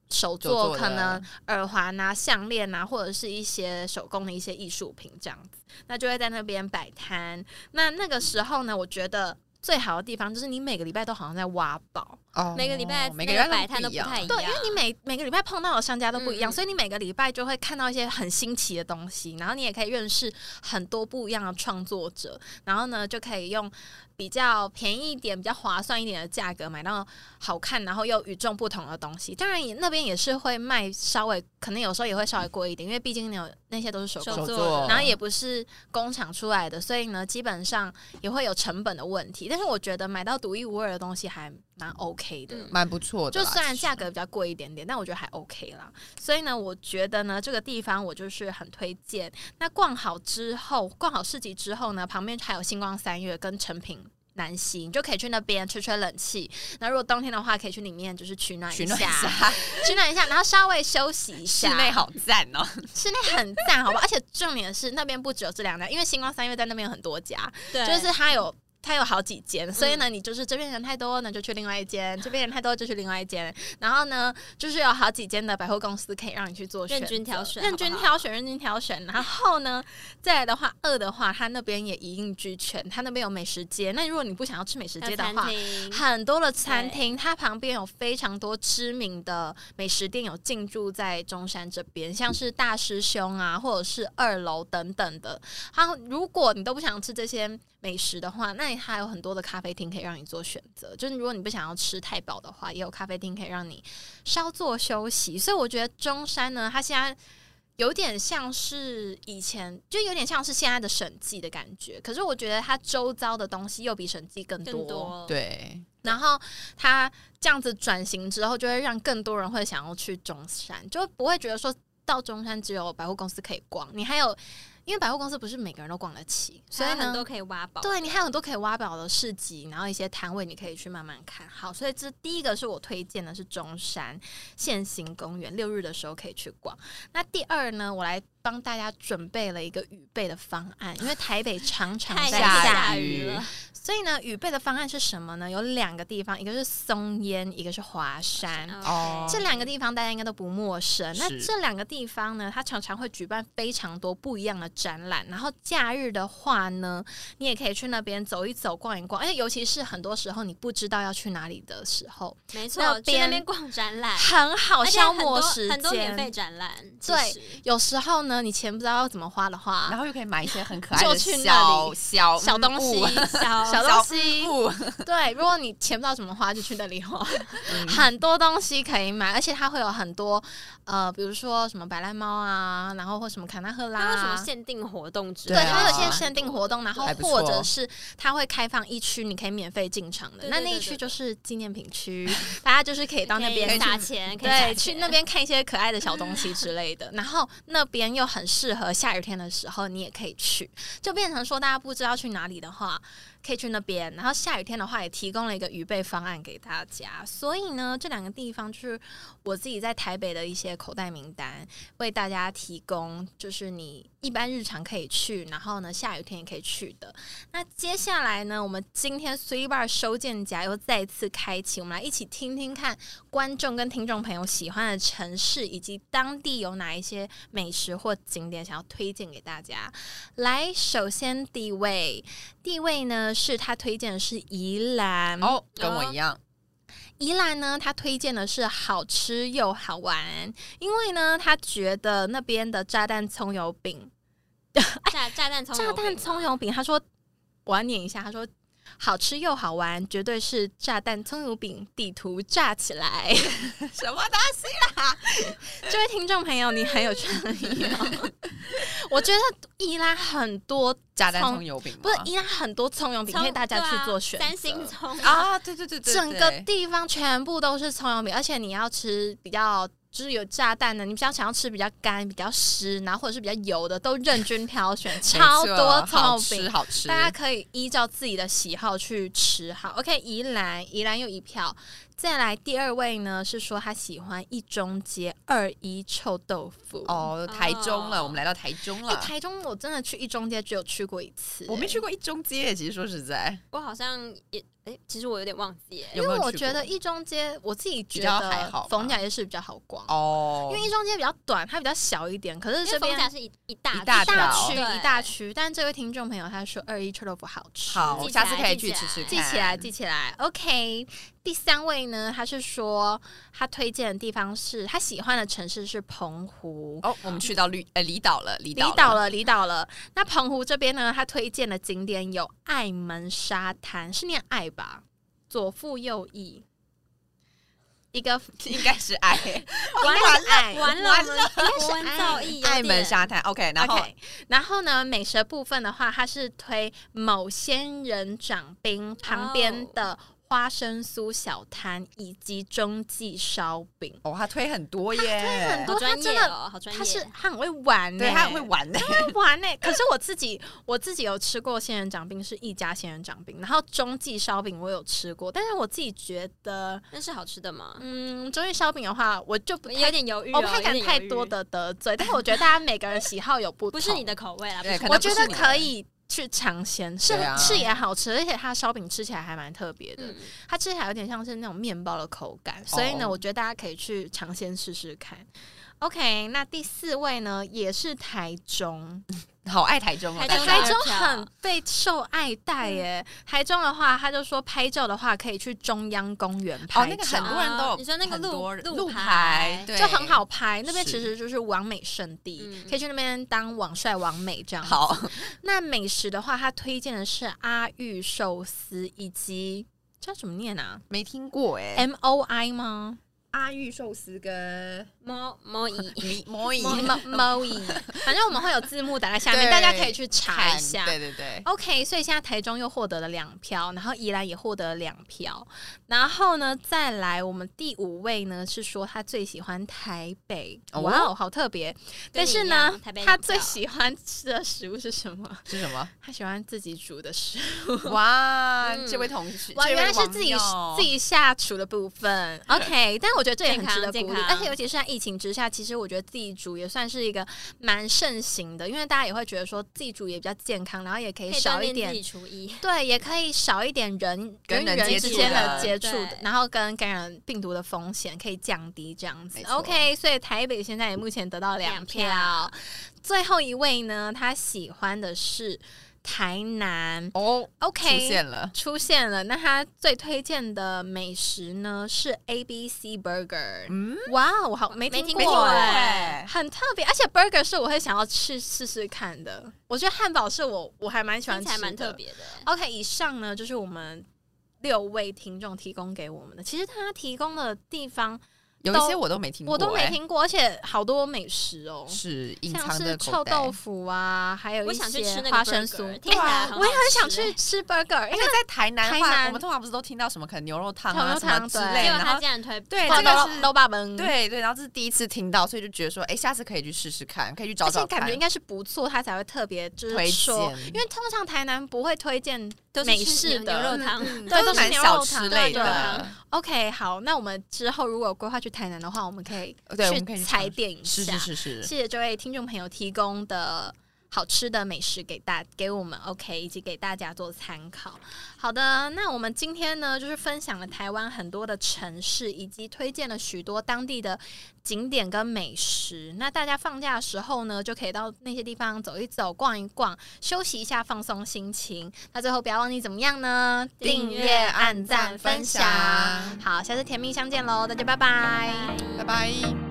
[SPEAKER 1] 手
[SPEAKER 2] 手
[SPEAKER 1] 作，
[SPEAKER 2] 作的
[SPEAKER 1] 可能耳环啊、项链啊，或者是一些手工的一些艺术品这样子，那就会在那边摆摊。那那个时候呢，我觉得最好的地方就是你每个礼拜都好像在挖宝，
[SPEAKER 2] 哦
[SPEAKER 3] 每个礼拜
[SPEAKER 2] 每个
[SPEAKER 3] 那
[SPEAKER 2] 礼
[SPEAKER 3] 个
[SPEAKER 2] 拜
[SPEAKER 3] 摆摊都不
[SPEAKER 2] 一样
[SPEAKER 3] 太一样，
[SPEAKER 1] 对，因为你每每个礼拜碰到的商家都不一样，
[SPEAKER 3] 嗯嗯
[SPEAKER 1] 所以你每个礼拜就会看到一些很新奇的东西，然后你也可以认识很多不一样的创作者，然后呢就可以用比较便宜一点、比较划算一点的价格买到好看，然后又与众不同的东西。当然也那边也是会卖稍微，可能有时候也会稍微贵一点，因为毕竟有那些都是手工
[SPEAKER 2] 手
[SPEAKER 3] 手做
[SPEAKER 2] 作，
[SPEAKER 1] 然后也不是工厂出来的，所以呢，基本上也会有成本的问题。但是我觉得买到独一无二的东西还蛮 OK 的，
[SPEAKER 3] 嗯
[SPEAKER 2] 蛮不错的
[SPEAKER 1] 就
[SPEAKER 2] 啦。
[SPEAKER 1] 虽然
[SPEAKER 2] 其实
[SPEAKER 1] 价格比较贵一点点，但我觉得还 OK 啦。所以呢，我觉得呢，这个地方我就是很推荐。那逛好之后，逛好市集之后呢，旁边还有星光三月跟成品。南溪，你就可以去那边吹吹冷气。那如果冬天的话，可以去里面就是取暖
[SPEAKER 2] 取暖一
[SPEAKER 1] 下，
[SPEAKER 2] 下，
[SPEAKER 1] 取暖一下，然后稍微休息一下。
[SPEAKER 2] 室内好赞 哦，
[SPEAKER 1] 室内很赞，好吧？而且重点是那边不只有这两家，因为星光三月在那边有很多家，
[SPEAKER 3] 对，
[SPEAKER 1] 就是它有。它有好几间，所以呢，你就是这边人太多，那就去另外一间；这边人太多，就去另外一间。然后呢，就是有好几间的百货公司可以让你去做选择
[SPEAKER 3] 任君挑选
[SPEAKER 1] 任君挑选，任君挑选。然后呢，再来的话，二的话，它那边也一应俱全，它那边有美食街。那如果你不想要吃美食
[SPEAKER 3] 还
[SPEAKER 1] 街
[SPEAKER 3] 有
[SPEAKER 1] 的
[SPEAKER 3] 餐
[SPEAKER 1] 话，
[SPEAKER 3] 厅，
[SPEAKER 1] 很多的餐厅，它旁边有非常多知名的美食店有进驻在中山这边，像是大师兄啊，或者是二楼等等的。它如果你都不想吃这些美食的话，那你还有很多的咖啡厅可以让你做选择。就是如果你不想要吃太饱的话，也有咖啡厅可以让你稍作休息。所以我觉得中山呢，它现在。有点像是以前，就有点像是现在的审计的感觉。可是我觉得它周遭的东西又比审计
[SPEAKER 3] 更多，
[SPEAKER 2] 对，
[SPEAKER 1] 然后它这样子转型之后，就会让更多人会想要去中山，就不会觉得说到中山只有百货公司可以逛，你还有，因为百货公司不是每个人都逛得起，所
[SPEAKER 3] 所以
[SPEAKER 1] 以
[SPEAKER 3] 哎很多
[SPEAKER 1] 呢，
[SPEAKER 3] 可以挖宝。
[SPEAKER 1] 对你还有很多可以挖宝的市集，然后一些摊位你可以去慢慢看。好，所以这第一个是我推荐的是中山现行公园，六日的时候可以去逛。那第二呢，我来帮大家准备了一个预备的方案，因为台北常常
[SPEAKER 3] 太
[SPEAKER 1] 在下
[SPEAKER 2] 阳
[SPEAKER 3] 下
[SPEAKER 2] 雨
[SPEAKER 3] 雨了，
[SPEAKER 1] 所以呢，雨备的方案是什么呢？有两个地方，一个是松烟，一个是华山。
[SPEAKER 3] 嗯
[SPEAKER 2] 哦
[SPEAKER 1] 这两个地方大家应该都不陌生。那
[SPEAKER 2] 是
[SPEAKER 1] 这两个地方呢，它常常会举办非常多不一样的展览。然后假日的话呢，你也可以去那边走一走、逛一逛。而且尤其是很多时候你不知道要去哪里的时候，
[SPEAKER 3] 没错，
[SPEAKER 1] 那
[SPEAKER 3] 去那
[SPEAKER 1] 边
[SPEAKER 3] 边逛展览，
[SPEAKER 1] 很好
[SPEAKER 3] 哎而且
[SPEAKER 1] 消
[SPEAKER 3] 很
[SPEAKER 1] 磨
[SPEAKER 3] 多
[SPEAKER 1] 时
[SPEAKER 3] 很多免费
[SPEAKER 1] 间。
[SPEAKER 3] 展览，其
[SPEAKER 1] 对
[SPEAKER 3] 实，
[SPEAKER 1] 有时候呢，你钱不知道要怎么花的
[SPEAKER 2] 然
[SPEAKER 1] 话，
[SPEAKER 2] 后又可以买一些很可爱的
[SPEAKER 1] 就去那
[SPEAKER 2] 小
[SPEAKER 1] 里
[SPEAKER 2] 小
[SPEAKER 1] 小东西
[SPEAKER 2] 物
[SPEAKER 3] 小
[SPEAKER 1] 小
[SPEAKER 2] 小
[SPEAKER 1] 东西
[SPEAKER 2] 物，
[SPEAKER 1] 对，如果你钱不知道怎么花，就去那里花。很多东西可以买，而且它会有很多呃，比如说什么白烂猫啊，然后或什么卡纳赫拉、
[SPEAKER 3] 它有什么
[SPEAKER 1] 啊。
[SPEAKER 3] 限定活动之类
[SPEAKER 1] 对，
[SPEAKER 3] 的？
[SPEAKER 2] 对啊
[SPEAKER 1] 它有一些限定活动，然后
[SPEAKER 2] 还不
[SPEAKER 1] 或
[SPEAKER 2] 错
[SPEAKER 1] 者是它会开放一区，你可以免费进场的。
[SPEAKER 3] 对对
[SPEAKER 1] 那那一
[SPEAKER 3] 对对
[SPEAKER 1] 区
[SPEAKER 3] 对
[SPEAKER 1] 就是纪念品区，大家就是可以到那
[SPEAKER 3] 可以
[SPEAKER 1] 边
[SPEAKER 3] 撒钱，可以撒
[SPEAKER 1] 对，去
[SPEAKER 3] 钱
[SPEAKER 1] 那边看一些可爱的小东西之类的。然后那边又很适合下雨天的时候，你也可以去，就变成说大家不知道去哪里的话，可以去那边。然后下雨天的话，也提供了一个预备方案给大家。所以呢，这两个地方就是我自己在台北的一些口袋名单，为大家提供，就是你一般日常可以去，然后呢下雨天也可以去的。那接下来呢，我们今天 Three Bar 收件夹又再次开启，我们来一起听听看。观众跟听众朋友喜欢的城市，以及当地有哪一些美食或景点想要推荐给大家。来，首先第一位，第一位呢是他推荐的是宜兰，
[SPEAKER 2] 哦，跟我一样，
[SPEAKER 1] 宜兰呢他推荐的是好吃又好玩，因为呢他觉得那边的炸弹葱油饼，
[SPEAKER 3] 炸炸弹葱
[SPEAKER 1] 炸
[SPEAKER 3] 油饼
[SPEAKER 1] 弹
[SPEAKER 3] 吗
[SPEAKER 1] 葱油饼，他说我要念一下，他说。好吃又好玩，绝对是炸弹葱油饼地图炸起 来！
[SPEAKER 2] 什么东西？
[SPEAKER 1] 这位听众朋友，你很有创意哦。 我觉得宜兰很多，
[SPEAKER 2] 炸弹
[SPEAKER 1] 葱
[SPEAKER 2] 葱油饼吗，
[SPEAKER 1] 不是宜兰很多葱油饼
[SPEAKER 3] 葱
[SPEAKER 1] 可以大家去
[SPEAKER 3] 对啊
[SPEAKER 1] 做选择。
[SPEAKER 3] 三星葱啊，
[SPEAKER 2] 啊？对对对对，
[SPEAKER 1] 整个
[SPEAKER 2] 对
[SPEAKER 1] 地方全部都是葱油饼，而且你要吃比较就是有炸弹的，你比较想要吃比较干、比较湿，然后或者是比较油的，都任君挑选，
[SPEAKER 2] 没
[SPEAKER 1] 超
[SPEAKER 2] 错
[SPEAKER 1] 多葱
[SPEAKER 2] 好
[SPEAKER 1] 油
[SPEAKER 2] 吃
[SPEAKER 1] 饼。
[SPEAKER 2] 好吃，
[SPEAKER 1] 大家可以依照自己的喜好去吃好。OK，宜兰，宜兰又一票。再来第二位呢，是说他喜欢一中街二一臭豆腐。
[SPEAKER 2] 哦，台中了，
[SPEAKER 3] 哦
[SPEAKER 2] 我们来到台中
[SPEAKER 1] 哎、
[SPEAKER 2] 了。
[SPEAKER 1] 台中我真的去一中街只有去过一次、
[SPEAKER 2] 我没
[SPEAKER 1] 哎
[SPEAKER 2] 去过一中街，其实说实在，
[SPEAKER 3] 我好像也哎、其实我有点忘记耶，
[SPEAKER 1] 因
[SPEAKER 2] 有没
[SPEAKER 1] 为
[SPEAKER 2] 有
[SPEAKER 1] 我
[SPEAKER 2] 去
[SPEAKER 1] 觉
[SPEAKER 2] 过
[SPEAKER 1] 得一中街我自己觉
[SPEAKER 2] 较还好
[SPEAKER 1] 得
[SPEAKER 2] 吧
[SPEAKER 1] 逢甲夜市比较好逛，
[SPEAKER 2] 哦，
[SPEAKER 1] 因为一中街比较短，它比较小一点，可是
[SPEAKER 3] 因
[SPEAKER 1] 这
[SPEAKER 3] 为逢
[SPEAKER 1] 边
[SPEAKER 3] 甲是一一大
[SPEAKER 2] 一大
[SPEAKER 1] 一大
[SPEAKER 2] 条
[SPEAKER 1] 区
[SPEAKER 3] 对
[SPEAKER 1] 一大区。但这位听众朋友他说二一臭豆腐好吃，
[SPEAKER 2] 好，
[SPEAKER 3] 记起
[SPEAKER 2] 下次
[SPEAKER 3] 来
[SPEAKER 2] 可以
[SPEAKER 3] 记
[SPEAKER 2] 去
[SPEAKER 3] 起
[SPEAKER 2] 吃吃
[SPEAKER 3] 来
[SPEAKER 1] 记起来，记起来。OK，第三位呢，他是说他推荐的地方是他喜欢的城市是澎湖。
[SPEAKER 2] 哦，我们去到绿呃离岛了，离
[SPEAKER 1] 离
[SPEAKER 2] 岛
[SPEAKER 1] 岛
[SPEAKER 2] 了，
[SPEAKER 1] 了，离岛了。那澎湖这边呢，他推荐的景点有爱门沙滩，是念爱吧？左腹右翼，一个
[SPEAKER 2] 应该是 爱
[SPEAKER 1] 完爱
[SPEAKER 3] 完了，
[SPEAKER 2] 完
[SPEAKER 3] 我们
[SPEAKER 1] 啊
[SPEAKER 3] 国文造诣有点
[SPEAKER 2] 爱门沙滩。OK，然后
[SPEAKER 1] OK，然后呢，美食的部分的话，它是推某仙人掌冰旁边的花生酥小摊以及中记烧饼。
[SPEAKER 2] 哦，他推很多耶，推
[SPEAKER 1] 很多
[SPEAKER 3] 好专
[SPEAKER 1] 他真
[SPEAKER 3] 业
[SPEAKER 1] 的
[SPEAKER 3] 哦，好专业。
[SPEAKER 1] 它是它很会玩呢、
[SPEAKER 2] 对他很会 玩的。
[SPEAKER 1] 会玩
[SPEAKER 3] 欸
[SPEAKER 1] 呢、可是我自己我自己有吃过仙人掌冰，是一家仙人掌冰，然后中记烧饼我有吃过，但是我自己觉得，
[SPEAKER 3] 那是好吃的吗？
[SPEAKER 1] 嗯，中记烧饼的话，我就不
[SPEAKER 3] 我
[SPEAKER 1] 太
[SPEAKER 3] 有点犹豫、哦，
[SPEAKER 1] 我不太敢
[SPEAKER 3] 有点
[SPEAKER 1] 太
[SPEAKER 3] 犹豫
[SPEAKER 1] 多，的得罪，但是我觉得大家每个人喜好有不同，
[SPEAKER 3] 不是你的口味啦。不
[SPEAKER 2] 对
[SPEAKER 3] 是
[SPEAKER 2] 可能
[SPEAKER 1] 我
[SPEAKER 2] 不
[SPEAKER 1] 觉
[SPEAKER 2] 是
[SPEAKER 1] 得
[SPEAKER 2] 你的
[SPEAKER 1] 可以去尝鲜，是、
[SPEAKER 2] 对啊
[SPEAKER 1] 是也好吃，而且它的烧饼吃起来还蛮特别的，
[SPEAKER 3] 嗯，
[SPEAKER 1] 它吃起来有点像是那种面包的口感，所以呢，
[SPEAKER 2] 哦
[SPEAKER 1] 我觉得大家可以去尝鲜试试看。OK，那第四位呢，也是台中，
[SPEAKER 2] 好爱台中嗯哦，
[SPEAKER 3] 台
[SPEAKER 2] 大家
[SPEAKER 3] 中
[SPEAKER 1] 台
[SPEAKER 3] 的
[SPEAKER 1] 中
[SPEAKER 3] 二条
[SPEAKER 1] 很备受爱戴耶。台中的话，他就说拍照的话可以去中央公园拍照，
[SPEAKER 2] 哦那个很多人都有
[SPEAKER 3] 哦你说那个
[SPEAKER 2] 很
[SPEAKER 3] 路
[SPEAKER 2] 多人
[SPEAKER 3] 路
[SPEAKER 2] 路
[SPEAKER 3] 牌
[SPEAKER 2] 对，
[SPEAKER 1] 就很好拍，那边
[SPEAKER 2] 是
[SPEAKER 1] 其实就是完美圣地，
[SPEAKER 3] 嗯
[SPEAKER 1] 可以去那边当网帅网美这样子
[SPEAKER 2] 好，
[SPEAKER 1] 那美食的话，它推荐的是阿玉寿司以及叫怎么念啊
[SPEAKER 2] 没听过哎。
[SPEAKER 1] ？M O I 吗
[SPEAKER 2] 阿玉寿司跟
[SPEAKER 3] 猫猫姨，
[SPEAKER 2] 米摩伊
[SPEAKER 1] ？Mo Mo i 反正我们会有字幕打在下面，
[SPEAKER 2] 对
[SPEAKER 1] 大家可以去查一
[SPEAKER 2] 看
[SPEAKER 1] 下。
[SPEAKER 2] 对对对，
[SPEAKER 1] OK，所以现在台中又获得了两票，然后宜兰也获得了两票，然后呢，再来我们第五位呢是说他最喜欢台北，
[SPEAKER 2] 哦
[SPEAKER 1] 哇哦，好特别！但
[SPEAKER 3] 跟你
[SPEAKER 1] 是
[SPEAKER 3] 一
[SPEAKER 1] 呢
[SPEAKER 3] 样台北，
[SPEAKER 1] 他
[SPEAKER 3] 两
[SPEAKER 1] 最
[SPEAKER 3] 票
[SPEAKER 1] 喜欢吃的食物是什么？
[SPEAKER 2] 是什么？
[SPEAKER 1] 他喜欢自己煮的食物。
[SPEAKER 2] 哇，
[SPEAKER 3] 嗯
[SPEAKER 2] 这位同学，
[SPEAKER 1] 哇，
[SPEAKER 2] 这
[SPEAKER 1] 原
[SPEAKER 2] 位
[SPEAKER 1] 来是
[SPEAKER 2] 网
[SPEAKER 1] 自己
[SPEAKER 2] 友
[SPEAKER 1] 自己下厨的部分。OK，但我觉得这也很值得
[SPEAKER 3] 健
[SPEAKER 1] 鼓
[SPEAKER 3] 康
[SPEAKER 1] 励，
[SPEAKER 3] 健
[SPEAKER 1] 而
[SPEAKER 3] 康
[SPEAKER 1] 且尤其是在疫情之下，其实我觉得自己煮也算是一个蛮盛行的，因为大家也会觉得说自己煮也比较健康，然后也可以
[SPEAKER 3] 可以
[SPEAKER 1] 少
[SPEAKER 3] 锻
[SPEAKER 1] 一
[SPEAKER 3] 炼
[SPEAKER 1] 点
[SPEAKER 3] 自己厨艺。
[SPEAKER 1] 对，也可以少一点人
[SPEAKER 2] 跟
[SPEAKER 1] 人
[SPEAKER 2] 人
[SPEAKER 1] 与
[SPEAKER 2] 接
[SPEAKER 1] 之
[SPEAKER 2] 触
[SPEAKER 1] 间的
[SPEAKER 2] 的
[SPEAKER 1] 接触
[SPEAKER 3] 对，
[SPEAKER 1] 然后跟感染病毒的风险可以降低，这样子
[SPEAKER 2] 没。错
[SPEAKER 1] OK，所以台北现在也目前得到两
[SPEAKER 3] 两
[SPEAKER 1] 票。
[SPEAKER 3] 票
[SPEAKER 1] 最后一位呢，他喜欢的是台南。
[SPEAKER 2] 哦
[SPEAKER 1] OK，
[SPEAKER 2] 出现了，
[SPEAKER 1] 出现了。那他最推荐的美食呢是 A B C Burger。
[SPEAKER 2] 嗯，
[SPEAKER 1] 哇，我好没
[SPEAKER 3] 没
[SPEAKER 1] 听
[SPEAKER 3] 听过
[SPEAKER 1] 欸
[SPEAKER 2] 哎，
[SPEAKER 1] 很特别，而且 burger 是我会想要去试试看的。我觉得汉堡是我我还蛮喜欢
[SPEAKER 3] 听
[SPEAKER 1] 吃
[SPEAKER 3] 起来
[SPEAKER 1] 的，
[SPEAKER 3] 蛮特。别的。
[SPEAKER 1] OK，以上呢就是我们六位听众提供给我们的。其实他提供的地方
[SPEAKER 2] 有一
[SPEAKER 1] 都
[SPEAKER 2] 些我都没听过，
[SPEAKER 1] 我都没
[SPEAKER 2] 哎，
[SPEAKER 1] 听过，而且好多美食哦，
[SPEAKER 2] 是隐
[SPEAKER 1] 像
[SPEAKER 2] 藏
[SPEAKER 1] 是
[SPEAKER 2] 的
[SPEAKER 1] 臭
[SPEAKER 2] 口袋
[SPEAKER 1] 豆腐啊，还有
[SPEAKER 3] 我
[SPEAKER 1] 一
[SPEAKER 3] 想去吃
[SPEAKER 1] 些
[SPEAKER 3] 那个
[SPEAKER 1] 花生
[SPEAKER 3] burger，
[SPEAKER 1] 酥。
[SPEAKER 3] 听起来
[SPEAKER 2] 对啊
[SPEAKER 3] 好
[SPEAKER 1] 我也很
[SPEAKER 3] 吃
[SPEAKER 1] 想
[SPEAKER 3] 欸
[SPEAKER 1] 去吃 burger，因为
[SPEAKER 2] 而且在台南
[SPEAKER 1] 台
[SPEAKER 2] 的话，
[SPEAKER 1] 南
[SPEAKER 2] 我们通常不是都听到什么可能牛肉汤
[SPEAKER 1] 牛
[SPEAKER 2] 啊
[SPEAKER 1] 肉
[SPEAKER 2] 什么
[SPEAKER 1] 汤
[SPEAKER 2] 之
[SPEAKER 1] 对
[SPEAKER 2] 类的，
[SPEAKER 3] 结果
[SPEAKER 2] 然
[SPEAKER 3] 他
[SPEAKER 2] 后
[SPEAKER 3] 竟然推
[SPEAKER 2] 对
[SPEAKER 1] 哇
[SPEAKER 2] 这个
[SPEAKER 1] 都
[SPEAKER 2] 是
[SPEAKER 1] 都爸们
[SPEAKER 2] 对对，然后这是第一次听到，所以就觉得说，哎，下次可以去试试看，可以去找
[SPEAKER 1] 而且
[SPEAKER 2] 找
[SPEAKER 1] 感
[SPEAKER 2] 看
[SPEAKER 1] 觉应。该是不错，他才会特别就是
[SPEAKER 2] 推
[SPEAKER 1] 说，
[SPEAKER 2] 荐
[SPEAKER 1] 因为通常台南不会推荐
[SPEAKER 3] 都是
[SPEAKER 1] 美
[SPEAKER 3] 吃
[SPEAKER 1] 式
[SPEAKER 3] 牛
[SPEAKER 1] 的
[SPEAKER 3] 牛肉汤，
[SPEAKER 1] 对
[SPEAKER 2] 都
[SPEAKER 1] 都是
[SPEAKER 2] 蛮
[SPEAKER 1] 牛
[SPEAKER 2] 小
[SPEAKER 1] 肉
[SPEAKER 2] 吃
[SPEAKER 1] 汤
[SPEAKER 2] 类
[SPEAKER 1] 对啊
[SPEAKER 2] 的，
[SPEAKER 1] OK，好，那我们之后如果有规划去台南的话，我们可以
[SPEAKER 2] 对，我们可以去
[SPEAKER 1] 踩
[SPEAKER 2] 尝试
[SPEAKER 1] 点一
[SPEAKER 2] 是
[SPEAKER 1] 下。
[SPEAKER 2] 是是是，
[SPEAKER 1] 谢谢这位听众朋友提供的好吃的美食给大给我们 OK，以及给大家做参考。好的，那我们今天呢，就是分享了台湾很多的城市，以及推荐了许多当地的景点跟美食。那大家放假的时候呢，就可以到那些地方走一走、逛一逛，休息一下，放松心情。那最后不要忘记怎么样呢？
[SPEAKER 3] 订阅
[SPEAKER 1] 按
[SPEAKER 3] 赞分享
[SPEAKER 1] 好，下次甜蜜相见喽，大家拜拜
[SPEAKER 2] 拜拜。